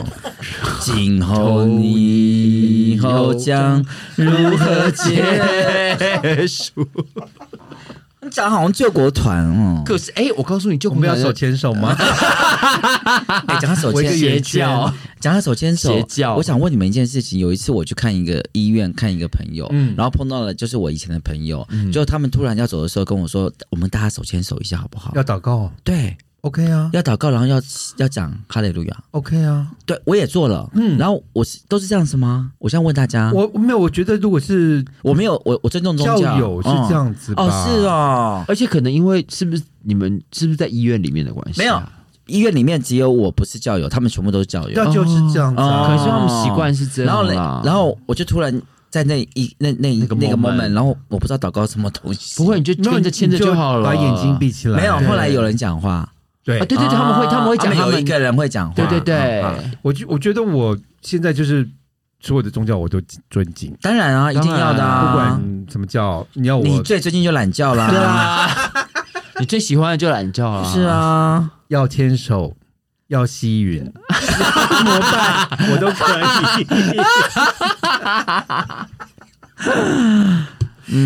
Speaker 3: 今后你以后将如何结束？你讲好像救国团哦，
Speaker 2: 可是哎、我告诉你，就
Speaker 1: 我们要手牵手吗？
Speaker 3: 哎，讲他手
Speaker 1: 啊围个
Speaker 3: 牵
Speaker 1: 圆
Speaker 3: 手
Speaker 1: 圈，
Speaker 3: 讲他手牵手，
Speaker 2: 邪教
Speaker 3: 我想问你们一件事情，有一次我去看一个医院，看一个朋友，
Speaker 1: 嗯
Speaker 3: 然后碰到了就是我以前的朋友，就他们突然要走的时候跟我说，我们大家手牵手一下好不好？
Speaker 1: 要祷告
Speaker 3: 对，
Speaker 1: ，OK 啊
Speaker 3: 要祷告，然后要要讲哈利路亚。
Speaker 1: ，OK 啊。
Speaker 3: 对，我也做了，嗯，然后我是都是这样子吗？我现在问大家，我
Speaker 1: 我没有，我觉得如果是
Speaker 3: 我没有，我我尊重嗯宗
Speaker 1: 教
Speaker 3: 教
Speaker 1: 友是这、样子
Speaker 3: 嗯
Speaker 1: 吧？
Speaker 3: 哦，是。哦，
Speaker 2: 而且可能因为是不是你们是不是在医院里面的关系、啊
Speaker 3: 没有，医院里面只有我不是教友，他们全部都是教友
Speaker 1: 对，啊，就是这样子
Speaker 3: 哦
Speaker 2: 可
Speaker 1: 啊。
Speaker 2: 是他们习惯是这
Speaker 3: 然
Speaker 2: 样
Speaker 3: 后嘞
Speaker 2: 啦，，
Speaker 3: 然后我就突然在那一那那
Speaker 2: 那个
Speaker 3: 那个
Speaker 2: moment
Speaker 3: moment，然后我不知道祷告什么东西，
Speaker 2: 不会你就
Speaker 1: 没有
Speaker 2: 牵着牵着
Speaker 1: 你就
Speaker 2: 好了，
Speaker 1: 把眼睛。闭起来。
Speaker 3: 没有。
Speaker 1: 对
Speaker 3: 后来有哦人讲话，
Speaker 1: 对
Speaker 2: 啊，，对对对，他们会他们会讲他
Speaker 3: 有一
Speaker 2: 们，
Speaker 3: 个人会讲话，
Speaker 2: 对对对
Speaker 3: 啊啊
Speaker 1: 我觉我觉得我现在就是所有的宗教我都尊敬，
Speaker 3: 当然啊，一定要的
Speaker 1: 不
Speaker 3: 啊，
Speaker 1: 管什么教，你要
Speaker 3: 你
Speaker 1: 我
Speaker 3: 最最近就懒觉啦，
Speaker 2: 对啊，你最喜欢的就懒觉了，
Speaker 3: 是，啊，
Speaker 1: 要牵手，要吸 云，膜拜我都可以。
Speaker 3: 嗯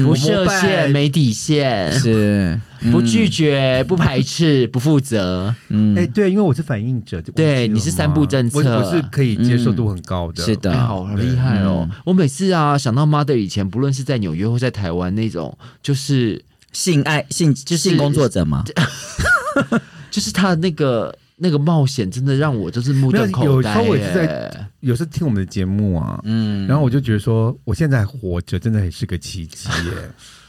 Speaker 2: 不
Speaker 1: 膜
Speaker 2: 设
Speaker 1: 拜
Speaker 2: 限没底线，
Speaker 3: 是
Speaker 1: 嗯
Speaker 2: 不拒绝不 排斥不负责，
Speaker 3: 嗯
Speaker 1: 哎、对，因为我是反应者，我
Speaker 2: 对
Speaker 1: 记得
Speaker 2: 你是
Speaker 1: 吗
Speaker 2: 三不政策
Speaker 1: 我我是可以接受度很高的，
Speaker 3: 嗯是的
Speaker 2: 哎，好厉害哦！我每次啊想到 mother 以前，不论是在纽约或在台湾那种，就是
Speaker 3: 性爱性就是性工作者嘛，
Speaker 2: 就是他的那个那个冒险，真的让我就是目瞪
Speaker 1: 没有
Speaker 2: 口
Speaker 1: 有时
Speaker 2: 呆
Speaker 1: 候
Speaker 2: 耶。
Speaker 1: 我也是在有时候听我们的节目啊，
Speaker 3: 嗯，
Speaker 1: 然后我就觉得说，我现在还活着，真的很是个奇迹 耶！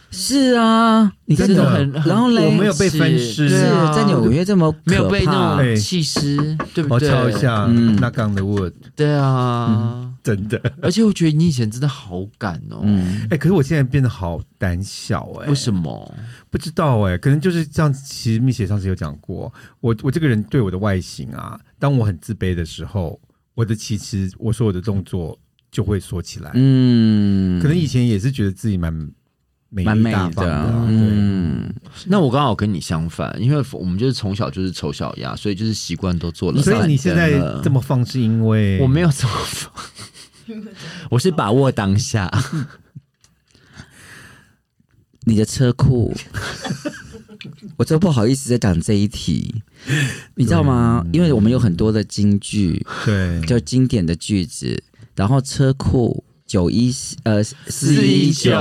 Speaker 3: 是啊，你
Speaker 1: 真
Speaker 3: 看
Speaker 1: 的
Speaker 3: 这种然后嘞，
Speaker 1: 我没有被分
Speaker 2: 是
Speaker 1: 尸，
Speaker 3: 是
Speaker 2: 对啊
Speaker 3: 在纽约这么可怕
Speaker 2: 没有被那
Speaker 1: 哎
Speaker 2: 种气势，对不
Speaker 1: 我嗯
Speaker 2: 对？
Speaker 1: 敲一下
Speaker 3: 嗯
Speaker 1: 那杠的 wood，
Speaker 2: 对啊，
Speaker 1: 真的。
Speaker 2: 而且我觉得你以前真的好敢哦，
Speaker 3: 嗯，
Speaker 1: 哎、可是我现在变得好胆小哎、
Speaker 2: 为什么？
Speaker 1: 不知道哎、可能就是这样。其实蜜雪上次有讲过，我我这个人对我的外形啊，当我很自卑的时候，我的其实我所有的动作就会缩起来。
Speaker 3: 嗯，
Speaker 1: 可能以前也是觉得自己蛮美
Speaker 3: 蛮
Speaker 1: 丽
Speaker 3: 美
Speaker 1: 大方
Speaker 3: 的
Speaker 1: 啊，对。
Speaker 3: 嗯，
Speaker 2: 那我刚好跟你相反，因为我们就是从小就是丑小鸭，所以就是习惯都做了。
Speaker 1: 所以你现在这么放是因为
Speaker 2: 我没有这么放， 我是把握 当下。
Speaker 3: 你的车库，我真不好意思在讲这一题，你知道吗？因为我们有很多的金句，
Speaker 1: 对
Speaker 3: 就经典的句子，然后车库九一呃四一九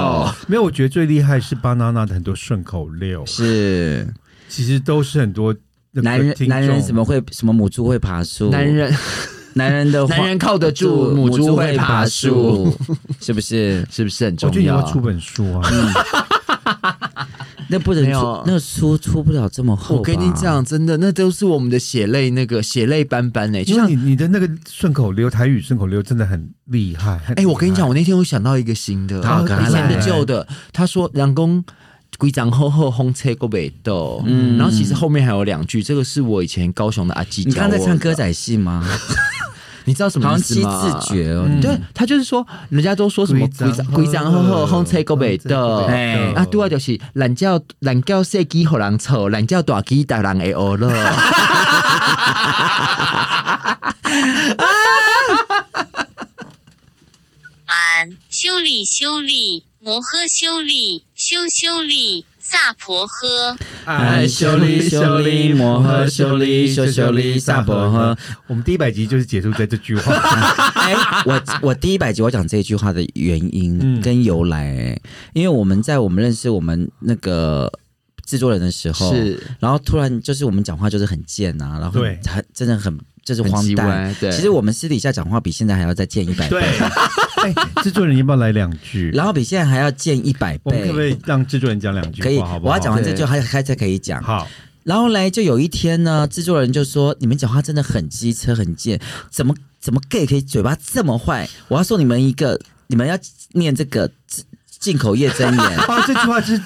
Speaker 1: 没有，我觉得最厉害是巴娜娜的很多顺口溜，
Speaker 3: 是
Speaker 1: 其实都是很多那个
Speaker 3: 男人
Speaker 1: 听众
Speaker 3: 男人怎么会什么母猪会爬树？
Speaker 2: 男人，
Speaker 3: 男人的话
Speaker 2: 男人靠得住，母猪会爬树，，
Speaker 3: 是不 是？
Speaker 2: 是不是很
Speaker 1: 我
Speaker 2: 重
Speaker 1: 觉得你要
Speaker 2: 要？啊
Speaker 1: 出本书啊，
Speaker 3: 嗯 那不能
Speaker 2: 没有
Speaker 3: 出，那个书出不了这么厚。
Speaker 2: 我跟你，讲，真的，那都是我们的血泪，那个血泪斑斑呢、就
Speaker 1: 因为
Speaker 2: 像
Speaker 1: 你你的那个顺口溜，台语顺口溜真的很厉害。哎
Speaker 2: 哎、我跟 你讲，，我那天我想到一个新的，
Speaker 1: 好赶快
Speaker 2: 以前的
Speaker 1: 来
Speaker 2: 旧的，他说人工。规章厚厚烘车过北斗，嗯，然后其实后面还有两句，这个是我以前高雄的阿基
Speaker 3: 你
Speaker 2: 教
Speaker 3: 刚
Speaker 2: 我
Speaker 3: 才
Speaker 2: 的。
Speaker 3: 唱歌仔戏吗？
Speaker 2: 你知道什
Speaker 3: 好
Speaker 2: 么
Speaker 3: 像
Speaker 2: 意
Speaker 3: 七
Speaker 2: 思吗？
Speaker 3: 字诀哦。
Speaker 1: 嗯
Speaker 2: 对他就是说，人家都说什么
Speaker 1: 规章
Speaker 2: 规章嗯规章厚厚烘车过北斗，
Speaker 3: 哎
Speaker 1: 哎
Speaker 2: 啊，对啊，就是懒觉懒觉小鸡互人臭，懒觉大鸡大人会饿了。
Speaker 4: 安，修理修理，摩诃修理，修修理，萨婆诃。
Speaker 3: 哎修理修理摩诃修理修修理萨婆诃。
Speaker 1: 我们第一百集就是结束在这句 话，
Speaker 3: 哎， 我我第一百集我讲这句话的原因
Speaker 1: 嗯
Speaker 3: 跟由来、哎因为我们在我们认识我们那个制作人的时候，
Speaker 2: 是
Speaker 3: 然后突然就是我们讲话就是很贱啊，然后
Speaker 1: 对
Speaker 3: 很真的很就是
Speaker 2: 很
Speaker 3: 荒
Speaker 2: 鸡
Speaker 3: 诞。
Speaker 2: 歪，对，
Speaker 3: 其实我们私底下讲话比现在还要再贱一百
Speaker 1: 对
Speaker 3: 倍，。
Speaker 1: 哎，制作人要不要来两句？
Speaker 3: 然后比现在还要贱一百
Speaker 1: 我们可不可
Speaker 3: 倍。
Speaker 1: 以让制作人讲两句
Speaker 3: 可以，
Speaker 1: 话？好不好？
Speaker 3: 我要讲完这
Speaker 2: 对
Speaker 3: 就还还才可以讲。
Speaker 1: 好，
Speaker 3: 然后嘞，就有一天呢，制作人就说：“你们讲话真的很机车，很贱，怎么怎么 gay 可以嘴巴这么坏？我要送你们一个，你们要念这个进进口业真 言。”
Speaker 1: 啊，这句话是
Speaker 3: 是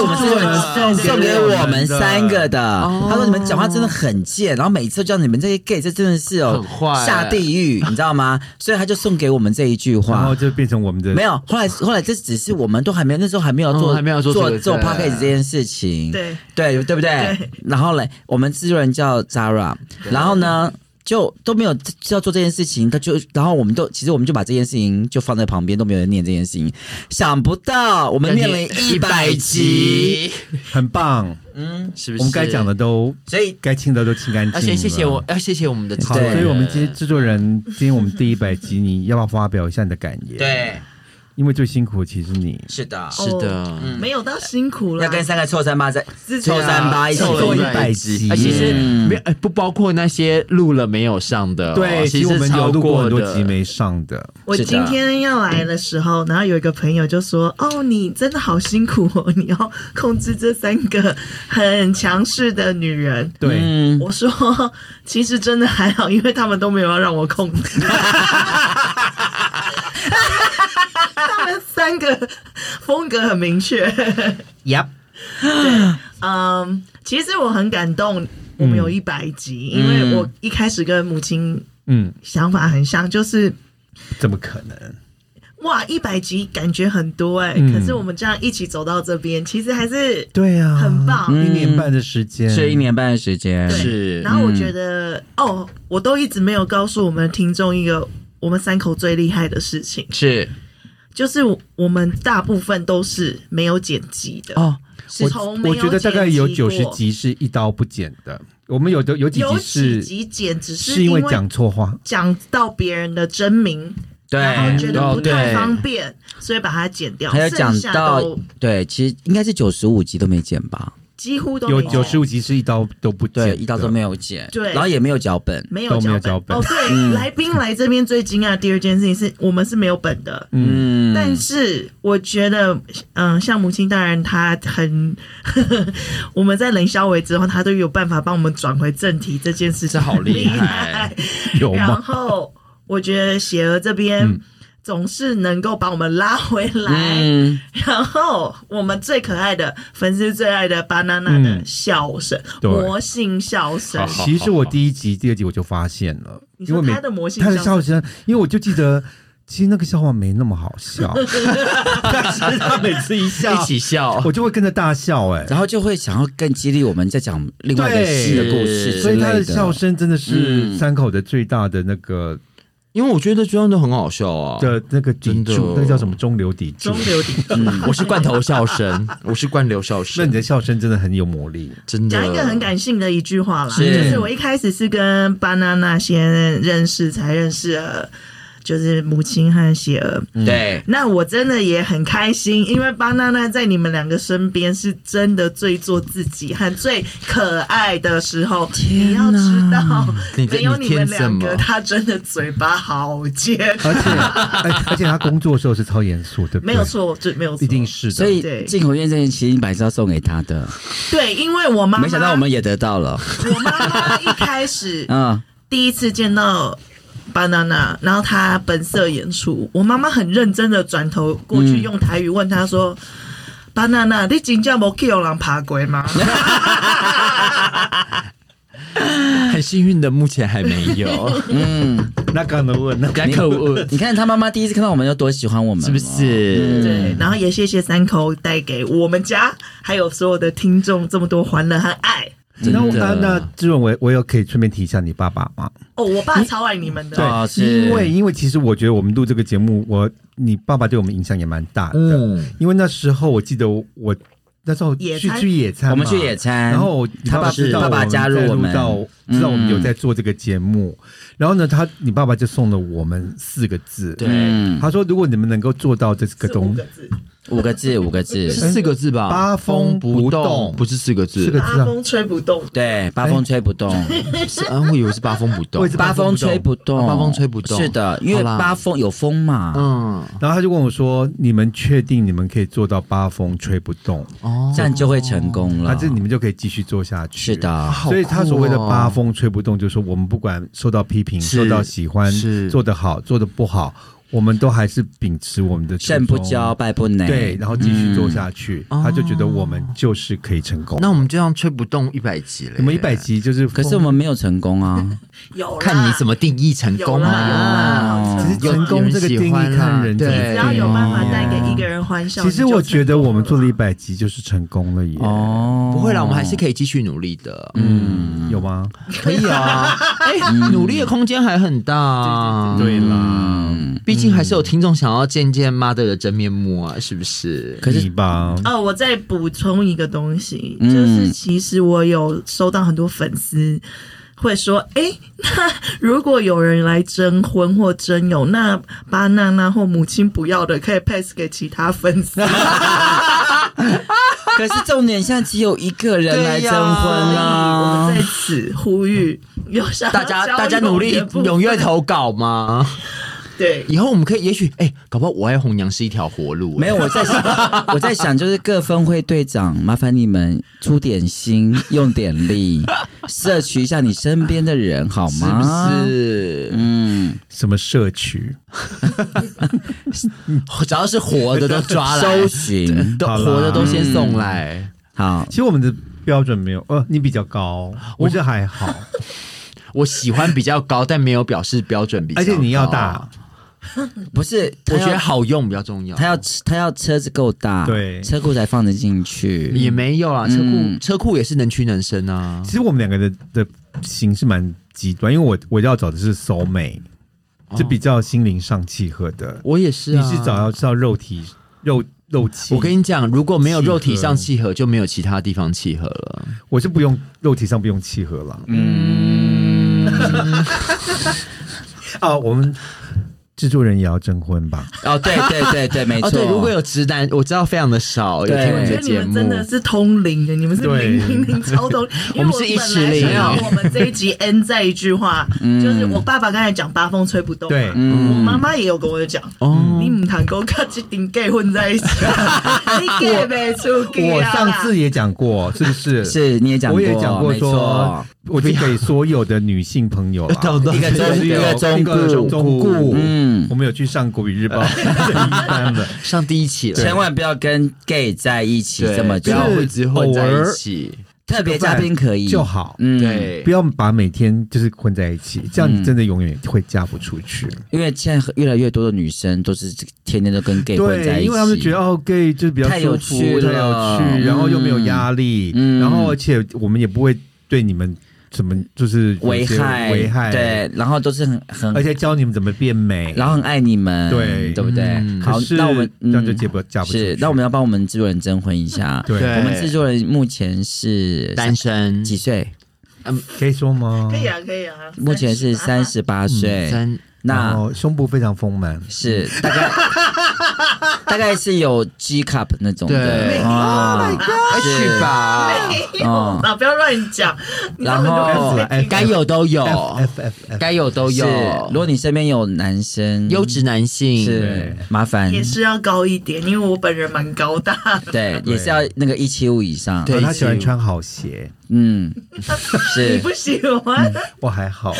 Speaker 3: 我们制作人送给我们三个的
Speaker 2: 哦。
Speaker 3: 他说你们讲话真的很贱，然后每次叫你们这些 gay，这真的是哦
Speaker 2: 很坏欸
Speaker 3: 下地狱，你知道吗？所以他就送给我们这一句
Speaker 1: 然后
Speaker 3: 话。
Speaker 1: 就变成我们的
Speaker 3: 没有，后来后来这只是我们都还没有，那时候还没有做，
Speaker 2: 嗯还没有做
Speaker 3: 做
Speaker 2: 这个
Speaker 3: 做
Speaker 2: 对
Speaker 3: p o c a s t 这件事情，
Speaker 5: 对，
Speaker 3: 对对不对？然后嘞，我们制作人叫 Zara，然后呢？就都没有要做这件事情，他就然后我们都其实我们就把这件事情就放在旁边，都没有人念这件事情。想不到我们念了一百集，，
Speaker 1: 很棒，
Speaker 2: 是不是？
Speaker 1: 我们该讲的都
Speaker 3: 所以
Speaker 1: 该清的都清干净了。
Speaker 2: 要先谢谢我，要谢谢我们的
Speaker 1: 好，
Speaker 2: 制
Speaker 1: 所
Speaker 2: 作人
Speaker 1: 以我们今天制作人，今天我们第一百集，你要不要发表一下你的感言？，
Speaker 3: 对，
Speaker 1: 因为最辛苦的其实你。
Speaker 3: 是的，
Speaker 5: 哦
Speaker 2: 是的，
Speaker 3: 嗯
Speaker 5: 没有到辛苦了，
Speaker 3: 要跟三个臭三八在
Speaker 5: 自己
Speaker 3: 臭三八一起
Speaker 2: 凑
Speaker 1: 做
Speaker 2: 了
Speaker 1: 一
Speaker 2: 一
Speaker 1: 百
Speaker 2: 百
Speaker 1: 集，
Speaker 2: 啊，其实
Speaker 3: 嗯
Speaker 2: 没有，哎不包括那些录了没有上的哦，
Speaker 1: 对，
Speaker 2: 其
Speaker 1: 其实我们有
Speaker 2: 超
Speaker 1: 录过很多
Speaker 2: 的
Speaker 1: 集没上的，
Speaker 5: 我
Speaker 3: 是的
Speaker 5: 今天要来的时候，然后有一个朋友就说：“哦，你真的好辛苦哦，你要控制这三个很强势的女人。”
Speaker 1: 对，
Speaker 3: 嗯，
Speaker 5: 我说：“其实真的还好，因为他们都没有要让我控制。”他们三个风格很明确。
Speaker 3: Yep
Speaker 5: 嗯，其实我很感动，我们有一百集，因
Speaker 3: 嗯
Speaker 5: 为我一开始跟母亲
Speaker 1: 嗯，
Speaker 5: 想法很像，就是
Speaker 1: 怎么可能？
Speaker 5: 哇，一百集感觉很多哎、
Speaker 1: 嗯
Speaker 5: 可是我们这样一起走到这边，其实还是
Speaker 1: 对呀，
Speaker 5: 很棒
Speaker 1: 一年半的时间，
Speaker 3: 是一年半的时间，嗯
Speaker 5: 对
Speaker 2: 是
Speaker 5: 然后我觉
Speaker 1: 嗯
Speaker 5: 得、哦，我都一直没有告诉我们听众一个我们三口最厉害的事情，
Speaker 2: 是
Speaker 5: 就是我们大部分都是没有剪辑的。
Speaker 3: 哦，
Speaker 5: 是从没
Speaker 1: 我觉得大概有
Speaker 5: 剪辑
Speaker 1: 九
Speaker 5: 过
Speaker 1: 十，集是一刀不剪的，我们有的有几集
Speaker 5: 有几
Speaker 1: 是
Speaker 5: 集剪只
Speaker 1: 是
Speaker 5: 因
Speaker 1: 因为讲错话，
Speaker 5: 讲到别人的真名，
Speaker 3: 对，
Speaker 1: 哎
Speaker 5: 然后觉得不太
Speaker 3: 哦
Speaker 5: 方便，所以把它剪掉。
Speaker 3: 对还有讲
Speaker 5: 剩下
Speaker 3: 到
Speaker 5: 都
Speaker 3: 对，其实应该是九十五集都没剪吧？
Speaker 5: 几乎都
Speaker 1: 有
Speaker 5: 没剪
Speaker 1: 九十五集是一刀都不剪
Speaker 3: 对，
Speaker 1: 的，
Speaker 3: 一刀都没有剪，
Speaker 5: 对
Speaker 3: 然后也没有脚本，
Speaker 5: 没
Speaker 1: 都
Speaker 5: 有
Speaker 1: 没有脚
Speaker 5: 脚
Speaker 1: 本嗯
Speaker 5: 哦，对，来宾来这边最惊讶的第二件事情是我们是没有本的，
Speaker 3: 嗯，
Speaker 5: 但是我觉得，嗯、像母亲大人，他很， 我们在冷消维之后，他都有办法帮我们转回正题这件事
Speaker 2: 这
Speaker 5: 情，
Speaker 2: 好厉害，
Speaker 5: 害。
Speaker 1: 有
Speaker 5: 然
Speaker 1: 吗？
Speaker 5: 后我觉得雪儿这边
Speaker 1: 嗯
Speaker 5: 总是能够把我们拉回来。
Speaker 3: 嗯，
Speaker 5: 然后我们最可爱的粉丝最爱的 banana 的
Speaker 1: 嗯
Speaker 5: 笑声，
Speaker 1: 对
Speaker 5: 魔性笑声
Speaker 1: 好，其实我第一集、第二集我就发现了，
Speaker 5: 你
Speaker 1: 因
Speaker 5: 说
Speaker 1: 为每
Speaker 5: 他的魔性
Speaker 1: 他的
Speaker 5: 笑
Speaker 1: 笑声，因为我就记得，其实那个笑话没那么好 笑，但是他每次一笑，
Speaker 2: 一起笑
Speaker 1: 我就会跟着大笑、哎，
Speaker 3: 然后就会想要更激励我们再讲另外一个
Speaker 1: 对
Speaker 3: 戏的故事之
Speaker 1: 所
Speaker 3: 类
Speaker 1: 以他
Speaker 3: 的
Speaker 1: 的笑声真的是
Speaker 3: 嗯
Speaker 1: 三口的最大的那个、
Speaker 2: 因为我觉得这样都很好笑啊。
Speaker 1: 哦的那个底
Speaker 2: 真的
Speaker 1: 柱，那个叫什么中流砥柱
Speaker 5: 中。流砥柱。
Speaker 2: 我是罐头笑声，我是灌流笑
Speaker 1: 那你
Speaker 2: 声，
Speaker 1: 的笑声真的很有魔力，
Speaker 2: 真的
Speaker 5: 讲一个很感性的一句话啦，
Speaker 3: 是
Speaker 5: 就是我一开始是跟 banana 先认识，才认识了就是母亲和邪儿。
Speaker 3: 对，
Speaker 5: 那我真的也很开心，因为 banana 在你们两个身边是真的最做自己和最可爱的时候。你要知 道，
Speaker 2: 你这
Speaker 5: 没有
Speaker 2: 你
Speaker 5: 你们
Speaker 2: 天什
Speaker 5: 两
Speaker 2: 么
Speaker 5: 个，他真的嘴巴好贱，
Speaker 1: 而 且而而且他工作的时候是超严肃，对不对？
Speaker 5: 没有，错，这没有错，
Speaker 1: 一定是的。
Speaker 3: 所以
Speaker 5: 对
Speaker 3: 进口院这件其实你本来是要送给他的，
Speaker 5: 对，因为我妈妈，
Speaker 3: 没想到我们也得到 了，
Speaker 5: 我妈妈一开 始
Speaker 3: 嗯，
Speaker 5: 第一次见到 banana，然后她本色演出，我妈妈很认真的转头过去用台语问她说。banana，你真正无去有人爬过吗？
Speaker 2: 很幸运的，目前还没有。
Speaker 1: 那刚能问，那
Speaker 2: 该可恶，
Speaker 3: 你 看他妈妈第一次看到我们有多喜欢我们，哦
Speaker 2: 是不？
Speaker 1: 嗯
Speaker 2: 是？
Speaker 5: 对，然后也谢谢三口带给我们家还有所有的听众这么多欢乐和爱。
Speaker 3: 真
Speaker 1: 那
Speaker 3: 的
Speaker 1: 我那那志文，我我有可以顺便提一下你爸爸吗？
Speaker 5: 哦，我爸超爱你们的，
Speaker 3: 哦是
Speaker 1: 啊因为因为其实我觉得我们录这个节目，我你爸爸对我们影响也蛮大的。
Speaker 2: 嗯，
Speaker 1: 因为那时候我记得我我那时候
Speaker 5: 野
Speaker 1: 去
Speaker 5: 餐
Speaker 1: 去野餐嘛，
Speaker 3: 我们去野餐，
Speaker 1: 然后你
Speaker 3: 他
Speaker 1: 爸
Speaker 3: 爸
Speaker 1: 知道
Speaker 3: 爸爸
Speaker 1: 我们
Speaker 3: 加
Speaker 1: 在
Speaker 3: 入我
Speaker 1: 录
Speaker 3: 们，
Speaker 1: 到
Speaker 3: 嗯
Speaker 1: 知道我们有在做这个节目，然后呢，他你爸爸就送了我们四个字，
Speaker 2: 对
Speaker 3: 嗯，
Speaker 1: 他说如果你们能够做到这个
Speaker 5: 是五
Speaker 1: 东
Speaker 5: 个字，
Speaker 3: 五个字，五个字，
Speaker 2: 是四个字吧？
Speaker 1: 八风不动
Speaker 2: 不是四个字，
Speaker 1: 四个字
Speaker 5: 八
Speaker 1: 啊，
Speaker 5: 风吹不动。
Speaker 3: 对，八风吹不动，
Speaker 2: 是啊，我以为是八风不动。
Speaker 1: 我也是
Speaker 3: 八风吹不动，
Speaker 2: 哦八风吹不动
Speaker 3: 是的，因为
Speaker 2: 好啦
Speaker 3: 八风有风嘛，
Speaker 2: 嗯，
Speaker 1: 然后他就跟我说，你们确定你们可以做到八风吹不动，
Speaker 2: 哦
Speaker 3: 这样就会成功
Speaker 1: 那
Speaker 3: 了。
Speaker 1: 这你啊们就可以继续做下去。
Speaker 3: 是。的，
Speaker 2: 好
Speaker 1: 所以他所谓的
Speaker 2: 酷哦
Speaker 1: 八风吹不动，就是说我们不管受到批评、
Speaker 2: 是
Speaker 1: 受到喜欢
Speaker 2: 是、
Speaker 1: 做得好、做得不好，我们都还是秉持我们的初衷
Speaker 3: 胜不骄，哎败不馁。
Speaker 1: 对，然后继续做下去，
Speaker 2: 嗯哦
Speaker 1: 他就觉得我们就是可以成功。
Speaker 2: 那我们这样吹不动一百集嘞，
Speaker 1: 我们一百集就是，
Speaker 3: 可是我们没有成功啊，
Speaker 5: 有啦
Speaker 2: 看你怎么定义成
Speaker 5: 有
Speaker 2: 功
Speaker 5: 啦有
Speaker 2: 啊。
Speaker 5: 啦，
Speaker 3: 啊
Speaker 1: 其实
Speaker 5: 有
Speaker 1: 成功这个定义看人怎么
Speaker 2: 对啊
Speaker 1: 定义啊
Speaker 5: 只要有办法带给一个人欢笑，
Speaker 1: 其实
Speaker 5: 你就
Speaker 1: 我觉得
Speaker 5: 成功
Speaker 1: 我们做了
Speaker 5: 啦
Speaker 1: 一百集就是成功了耶。
Speaker 3: 哦，
Speaker 2: 不会啦，我们还是可以继续努力的。嗯，
Speaker 1: 嗯，有吗？
Speaker 2: 可 以啊，哎，努力的空间还很大啊。
Speaker 1: 对啦，
Speaker 3: 嗯，
Speaker 2: 毕竟还是有听众想要见见 mother 的真面目啊，是不是？
Speaker 3: 可
Speaker 1: 你
Speaker 3: 是
Speaker 1: 吧，
Speaker 5: 哦，我再补充一个东西，就
Speaker 3: 嗯
Speaker 5: 是其实我有收到很多粉丝会说，诶，那如果有人来征婚或征友，那巴娜娜或母亲不要的，可以 pass 给其他粉丝。
Speaker 2: 啊
Speaker 3: 可是重点现在只有一个人来征婚啊
Speaker 5: 哎我
Speaker 3: 啦
Speaker 5: 们。在此呼吁，有想要
Speaker 2: 大 家
Speaker 5: 交
Speaker 2: 大家
Speaker 5: 友
Speaker 2: 努力
Speaker 5: 的部分
Speaker 2: 踊跃投稿嘛！
Speaker 5: 对。
Speaker 2: 以后我们可以，也许哎、搞不好我爱红娘是一条活路、哎
Speaker 3: 没有，我在想，我在想，就是各分会队长，麻烦你们出点心，用点力，摄取一下你身边的人，好
Speaker 2: 是不
Speaker 3: 吗？
Speaker 2: 是？
Speaker 3: 嗯，
Speaker 1: 什么社区？
Speaker 2: 只要是活的都 抓来，
Speaker 3: 搜寻
Speaker 2: 都
Speaker 1: 好啦
Speaker 2: 活的都先送来。
Speaker 3: 好
Speaker 1: 其，实我们的标准没有，呃，你比较高，我这还好，
Speaker 2: 我喜欢比较高，但没有表示标准比较
Speaker 1: 而
Speaker 2: 高。
Speaker 1: 且你要大，
Speaker 3: 不是，
Speaker 2: 我
Speaker 3: 他
Speaker 2: 觉得
Speaker 3: 要
Speaker 2: 好用比较重要。
Speaker 3: 他要他要车子够大，
Speaker 1: 对
Speaker 3: 车库才放得进去。
Speaker 2: 也没有啦，车库、
Speaker 3: 嗯
Speaker 2: 车库也是能屈能伸啊
Speaker 1: 其。实我们两个的的型是蛮极端，因为我我要找的是 soul mate，就比较心灵上契合的。
Speaker 2: 我也是、
Speaker 1: 你
Speaker 2: 啊，
Speaker 1: 是找要到肉体肉肉气，
Speaker 2: 我跟
Speaker 1: 你，
Speaker 2: 你讲，如果没有肉体上
Speaker 1: 契
Speaker 2: 契合，就没有其他地方契合了。
Speaker 1: 我是不用肉体上不用契 合了。嗯，啊，我们制作人也要征婚吧？
Speaker 3: 哦，对对对对，没
Speaker 2: 哦，
Speaker 3: 错。
Speaker 2: 对，如果有直男，我知道非常的少有
Speaker 3: 对
Speaker 2: 听
Speaker 5: 我
Speaker 2: 你的
Speaker 5: 觉得你
Speaker 2: 节
Speaker 5: 们
Speaker 2: 目，
Speaker 5: 真的是通灵的，你们是
Speaker 1: 对
Speaker 5: 灵灵灵超通，因为
Speaker 2: 我们是一
Speaker 5: 本
Speaker 2: 时
Speaker 5: 来想
Speaker 2: 灵
Speaker 5: 要我们这一集 end 在一句 话，
Speaker 2: 嗯
Speaker 5: 就是我爸爸刚才讲八风吹不动嘛，
Speaker 1: 对
Speaker 5: 我妈妈也有跟我讲，
Speaker 2: 哦
Speaker 5: 你唔谈沟跟这顶 gay 混在一起，啊 你 gay 没出去啊
Speaker 1: 我上次也讲过，是不是？
Speaker 3: 是你也讲过，
Speaker 1: 我也讲过
Speaker 3: 没错
Speaker 1: 说，，我就给所有的女性朋 友啦，
Speaker 2: 找到
Speaker 3: 一个中
Speaker 1: 就是有
Speaker 3: 一个中
Speaker 1: 一个
Speaker 3: 顾
Speaker 1: 中顾，
Speaker 3: 嗯哎
Speaker 1: 我们有去上《国语日报》这一班的，
Speaker 2: 上第一期了，
Speaker 3: 千万不要跟 gay 在一起
Speaker 2: 对
Speaker 3: 这么
Speaker 2: 不
Speaker 3: 久，
Speaker 2: 要
Speaker 1: 就是
Speaker 2: 一直混在
Speaker 1: 偶
Speaker 2: 一
Speaker 1: 尔
Speaker 2: 起，
Speaker 3: 特别嘉宾可 以
Speaker 1: 就，好。
Speaker 3: 嗯，，
Speaker 2: 对，
Speaker 1: 不要把每天就是混在一起，这样你真的永远会嫁不出去。
Speaker 3: 因为现在越来越多的女生都是天天都跟 gay 混在一
Speaker 1: 对，
Speaker 3: 起，
Speaker 1: 因为他们觉得哦，gay 就比较
Speaker 3: 太有
Speaker 1: 舒服，
Speaker 3: 趣
Speaker 1: 太
Speaker 3: 了
Speaker 1: 有趣，然后又没有
Speaker 3: 嗯
Speaker 1: 压力，
Speaker 3: 嗯
Speaker 1: 然后而且我们也不会对你们怎么就是有
Speaker 3: 危
Speaker 1: 些
Speaker 3: 害
Speaker 1: 危害，，
Speaker 3: 对，然后都是很
Speaker 1: 而
Speaker 3: 很，
Speaker 1: 且教你们怎么变美，
Speaker 3: 然后很爱你们，
Speaker 1: 对嗯
Speaker 3: 对不对？好
Speaker 1: 可，是
Speaker 3: 那我们
Speaker 1: 这样就
Speaker 3: 嗯
Speaker 1: 嫁不嫁不出
Speaker 3: 是
Speaker 1: 去，，
Speaker 3: 那我们要帮我们制作人征婚一下。
Speaker 1: 对
Speaker 2: 对
Speaker 3: 我们制作人目前是
Speaker 2: 单身
Speaker 3: 几岁？
Speaker 1: 可以说吗？
Speaker 5: 可以啊，可以啊，
Speaker 3: 目前是三十八岁，
Speaker 2: 嗯三
Speaker 1: 然
Speaker 3: 那
Speaker 1: 后胸部非常丰满，
Speaker 3: 是 大概大概是有 G cup 那种
Speaker 2: 对
Speaker 3: 的
Speaker 5: Oh
Speaker 3: 啊，
Speaker 2: 去
Speaker 3: 是
Speaker 2: 吧，
Speaker 3: 哦
Speaker 5: 啊，不要乱讲，你根
Speaker 3: 然
Speaker 5: 本就没
Speaker 3: 后
Speaker 5: 有
Speaker 1: 哎
Speaker 2: 该有都有，
Speaker 3: 哦
Speaker 1: F F F，
Speaker 2: 该有都
Speaker 3: 是
Speaker 2: 有。
Speaker 3: 如果你身边有男生
Speaker 2: 优质男性
Speaker 3: 是麻烦
Speaker 5: 也是要高一点，因为我本人蛮高大的，
Speaker 3: 对，也是要那个一七五以上，
Speaker 2: 对
Speaker 1: 哦他喜欢穿好鞋，
Speaker 3: 嗯，
Speaker 5: 你
Speaker 3: 是
Speaker 5: 不喜欢？
Speaker 3: 嗯
Speaker 1: 我还 好。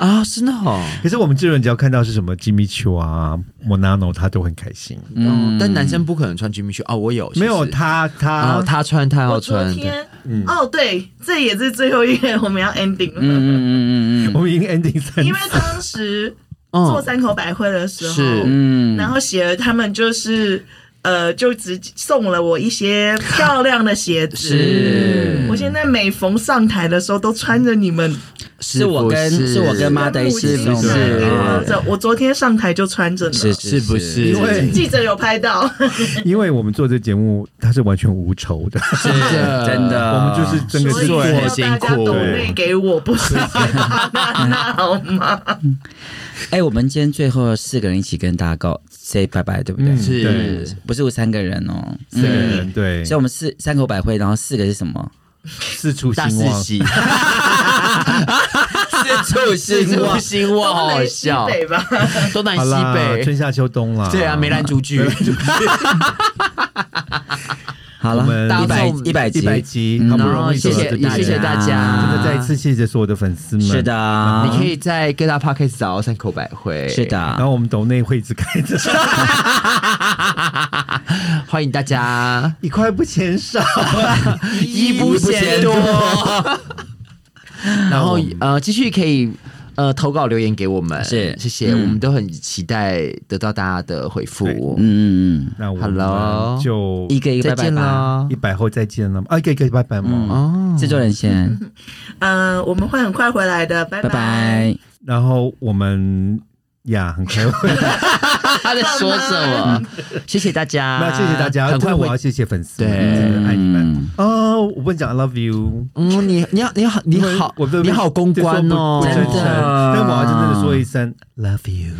Speaker 2: 啊，真的哦。
Speaker 1: 可是我们这人只要看到是什么 Jimmy Choo 啊、Monano，他都很开心。
Speaker 2: 嗯，但男生不可能穿 Jimmy Choo 哦，我有，其实
Speaker 1: 没有，他，
Speaker 2: 然后
Speaker 1: 他
Speaker 2: 哦他穿，他要
Speaker 5: 我昨
Speaker 2: 穿，
Speaker 5: 天，哦，对，这也是最后一个我们要 ending
Speaker 3: 嗯
Speaker 5: 了，
Speaker 3: 嗯嗯嗯哦
Speaker 1: 我们已经 ending 三
Speaker 5: 因为当时
Speaker 2: 嗯
Speaker 5: 做三口百惠的时候，
Speaker 2: 是
Speaker 3: 嗯
Speaker 5: 然后写了他们就是呃，就只送了我一些漂亮的鞋子。
Speaker 3: 是
Speaker 5: 我现在每逢上台的时候都穿着你们
Speaker 2: 是
Speaker 3: 是我跟
Speaker 2: 不是
Speaker 3: 是我跟妈的一起
Speaker 5: 是
Speaker 3: 送
Speaker 5: 是
Speaker 3: 的，
Speaker 5: 是，我昨天上台就穿着呢。
Speaker 3: 是
Speaker 2: 是不是？
Speaker 1: 因为
Speaker 5: 记者有拍到，
Speaker 1: 因为我们做这节目，它是完全无酬的，
Speaker 3: 是嗯真的，
Speaker 1: 呃
Speaker 2: 啊
Speaker 1: 我们就是真的
Speaker 5: 所
Speaker 1: 是
Speaker 5: 以
Speaker 1: 做
Speaker 5: 要
Speaker 2: 人
Speaker 5: 大
Speaker 2: 辛
Speaker 5: 家
Speaker 2: 苦
Speaker 5: 抖内给我，不 是那那好吗？
Speaker 3: 哎、我们今天最后四个人一起跟大家告 say 拜拜，对不对？
Speaker 1: 嗯是
Speaker 2: 对
Speaker 3: 不是三个人哦，
Speaker 1: 四个人对
Speaker 3: 嗯，所以我们四三口百惠，然后四个是什么？
Speaker 1: 四处
Speaker 2: 大
Speaker 1: 兴
Speaker 2: 四
Speaker 1: 旺。
Speaker 2: 喜，
Speaker 3: 四处
Speaker 2: 四出兴旺，好好笑
Speaker 5: 东，南西北吧，
Speaker 2: 东南
Speaker 1: 好啦，
Speaker 2: 西北
Speaker 1: 春，夏秋冬啦。
Speaker 2: 对啊，梅兰 竹菊，
Speaker 3: 好
Speaker 1: 我
Speaker 3: 了，
Speaker 1: 们
Speaker 3: 一百一百集，
Speaker 1: 一百集，
Speaker 3: 嗯
Speaker 1: 好不容易
Speaker 2: 谢
Speaker 1: 做到
Speaker 2: 谢
Speaker 1: 这边
Speaker 2: 谢谢大
Speaker 1: 真
Speaker 2: 家
Speaker 1: 的再一次谢谢所有的粉丝们。
Speaker 3: 是的，
Speaker 1: 嗯
Speaker 2: 你可以在各大 podcast 找到三口百惠，
Speaker 3: 是
Speaker 1: 然
Speaker 3: 的，
Speaker 1: 后我们抖内会一直开着，
Speaker 2: 欢迎大家，
Speaker 1: 一块不嫌少，
Speaker 2: 一不嫌多。 然后呃，继续可以呃投稿留言给我们，
Speaker 3: 是
Speaker 2: 谢谢，我们都很期待得到大家的回复
Speaker 1: 嗯对。
Speaker 3: 嗯嗯
Speaker 1: 那我
Speaker 2: Hello
Speaker 1: 们就
Speaker 3: 嗯，一个一
Speaker 2: 再
Speaker 3: 个拜拜
Speaker 2: 见
Speaker 3: 吧。
Speaker 2: 啦
Speaker 1: 一！百后再见了吗？啊，一个一个拜拜嘛。
Speaker 2: 啊哦，
Speaker 3: 制作人先，
Speaker 5: 嗯，我们会很快回来的，拜
Speaker 3: 拜拜。
Speaker 1: 然后我们呀，很开心。
Speaker 2: 他在说什 么？谢谢大家，
Speaker 1: 那谢谢大家，
Speaker 2: 很
Speaker 1: 突
Speaker 2: 快
Speaker 1: 然我要
Speaker 2: 会。
Speaker 1: 谢谢粉丝，
Speaker 2: 对
Speaker 1: 真的爱你们
Speaker 3: 嗯。
Speaker 1: 哦，我不能讲 I love you。
Speaker 2: 嗯，你你好，你好，你好
Speaker 1: 我，
Speaker 2: 你好公关哦，
Speaker 1: 真
Speaker 3: 真
Speaker 1: 诚。
Speaker 3: 的
Speaker 1: 但我要真正的说一声 love you。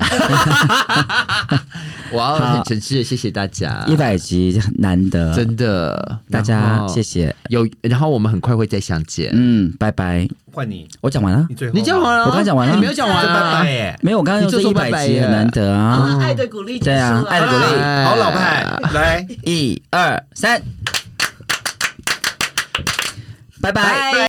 Speaker 2: 我要很诚挚的谢谢大家，
Speaker 3: 一百集难得，
Speaker 2: 真的，哦
Speaker 3: 大
Speaker 2: 然
Speaker 3: 家
Speaker 2: 后
Speaker 3: 谢谢。
Speaker 2: 有，然后我们很快会再相见。
Speaker 3: 嗯，拜拜。
Speaker 1: 换你，
Speaker 3: 我讲完了
Speaker 1: 你，最后吧
Speaker 2: 嗯你啊讲完了，
Speaker 3: 我刚讲完了
Speaker 2: 你没有讲完
Speaker 1: 就拜
Speaker 2: 啊
Speaker 1: 拜。耶。
Speaker 3: 没有，我刚刚
Speaker 2: 你
Speaker 3: 又
Speaker 2: 就说
Speaker 3: 说一百
Speaker 2: 拜拜
Speaker 3: 集
Speaker 2: 耶
Speaker 3: 很难得啊。
Speaker 5: 啊爱的鼓励结束
Speaker 3: 对啊
Speaker 5: 了，
Speaker 3: 爱的鼓励
Speaker 2: 哎
Speaker 1: 好老派，来。
Speaker 3: 一二三，拜拜。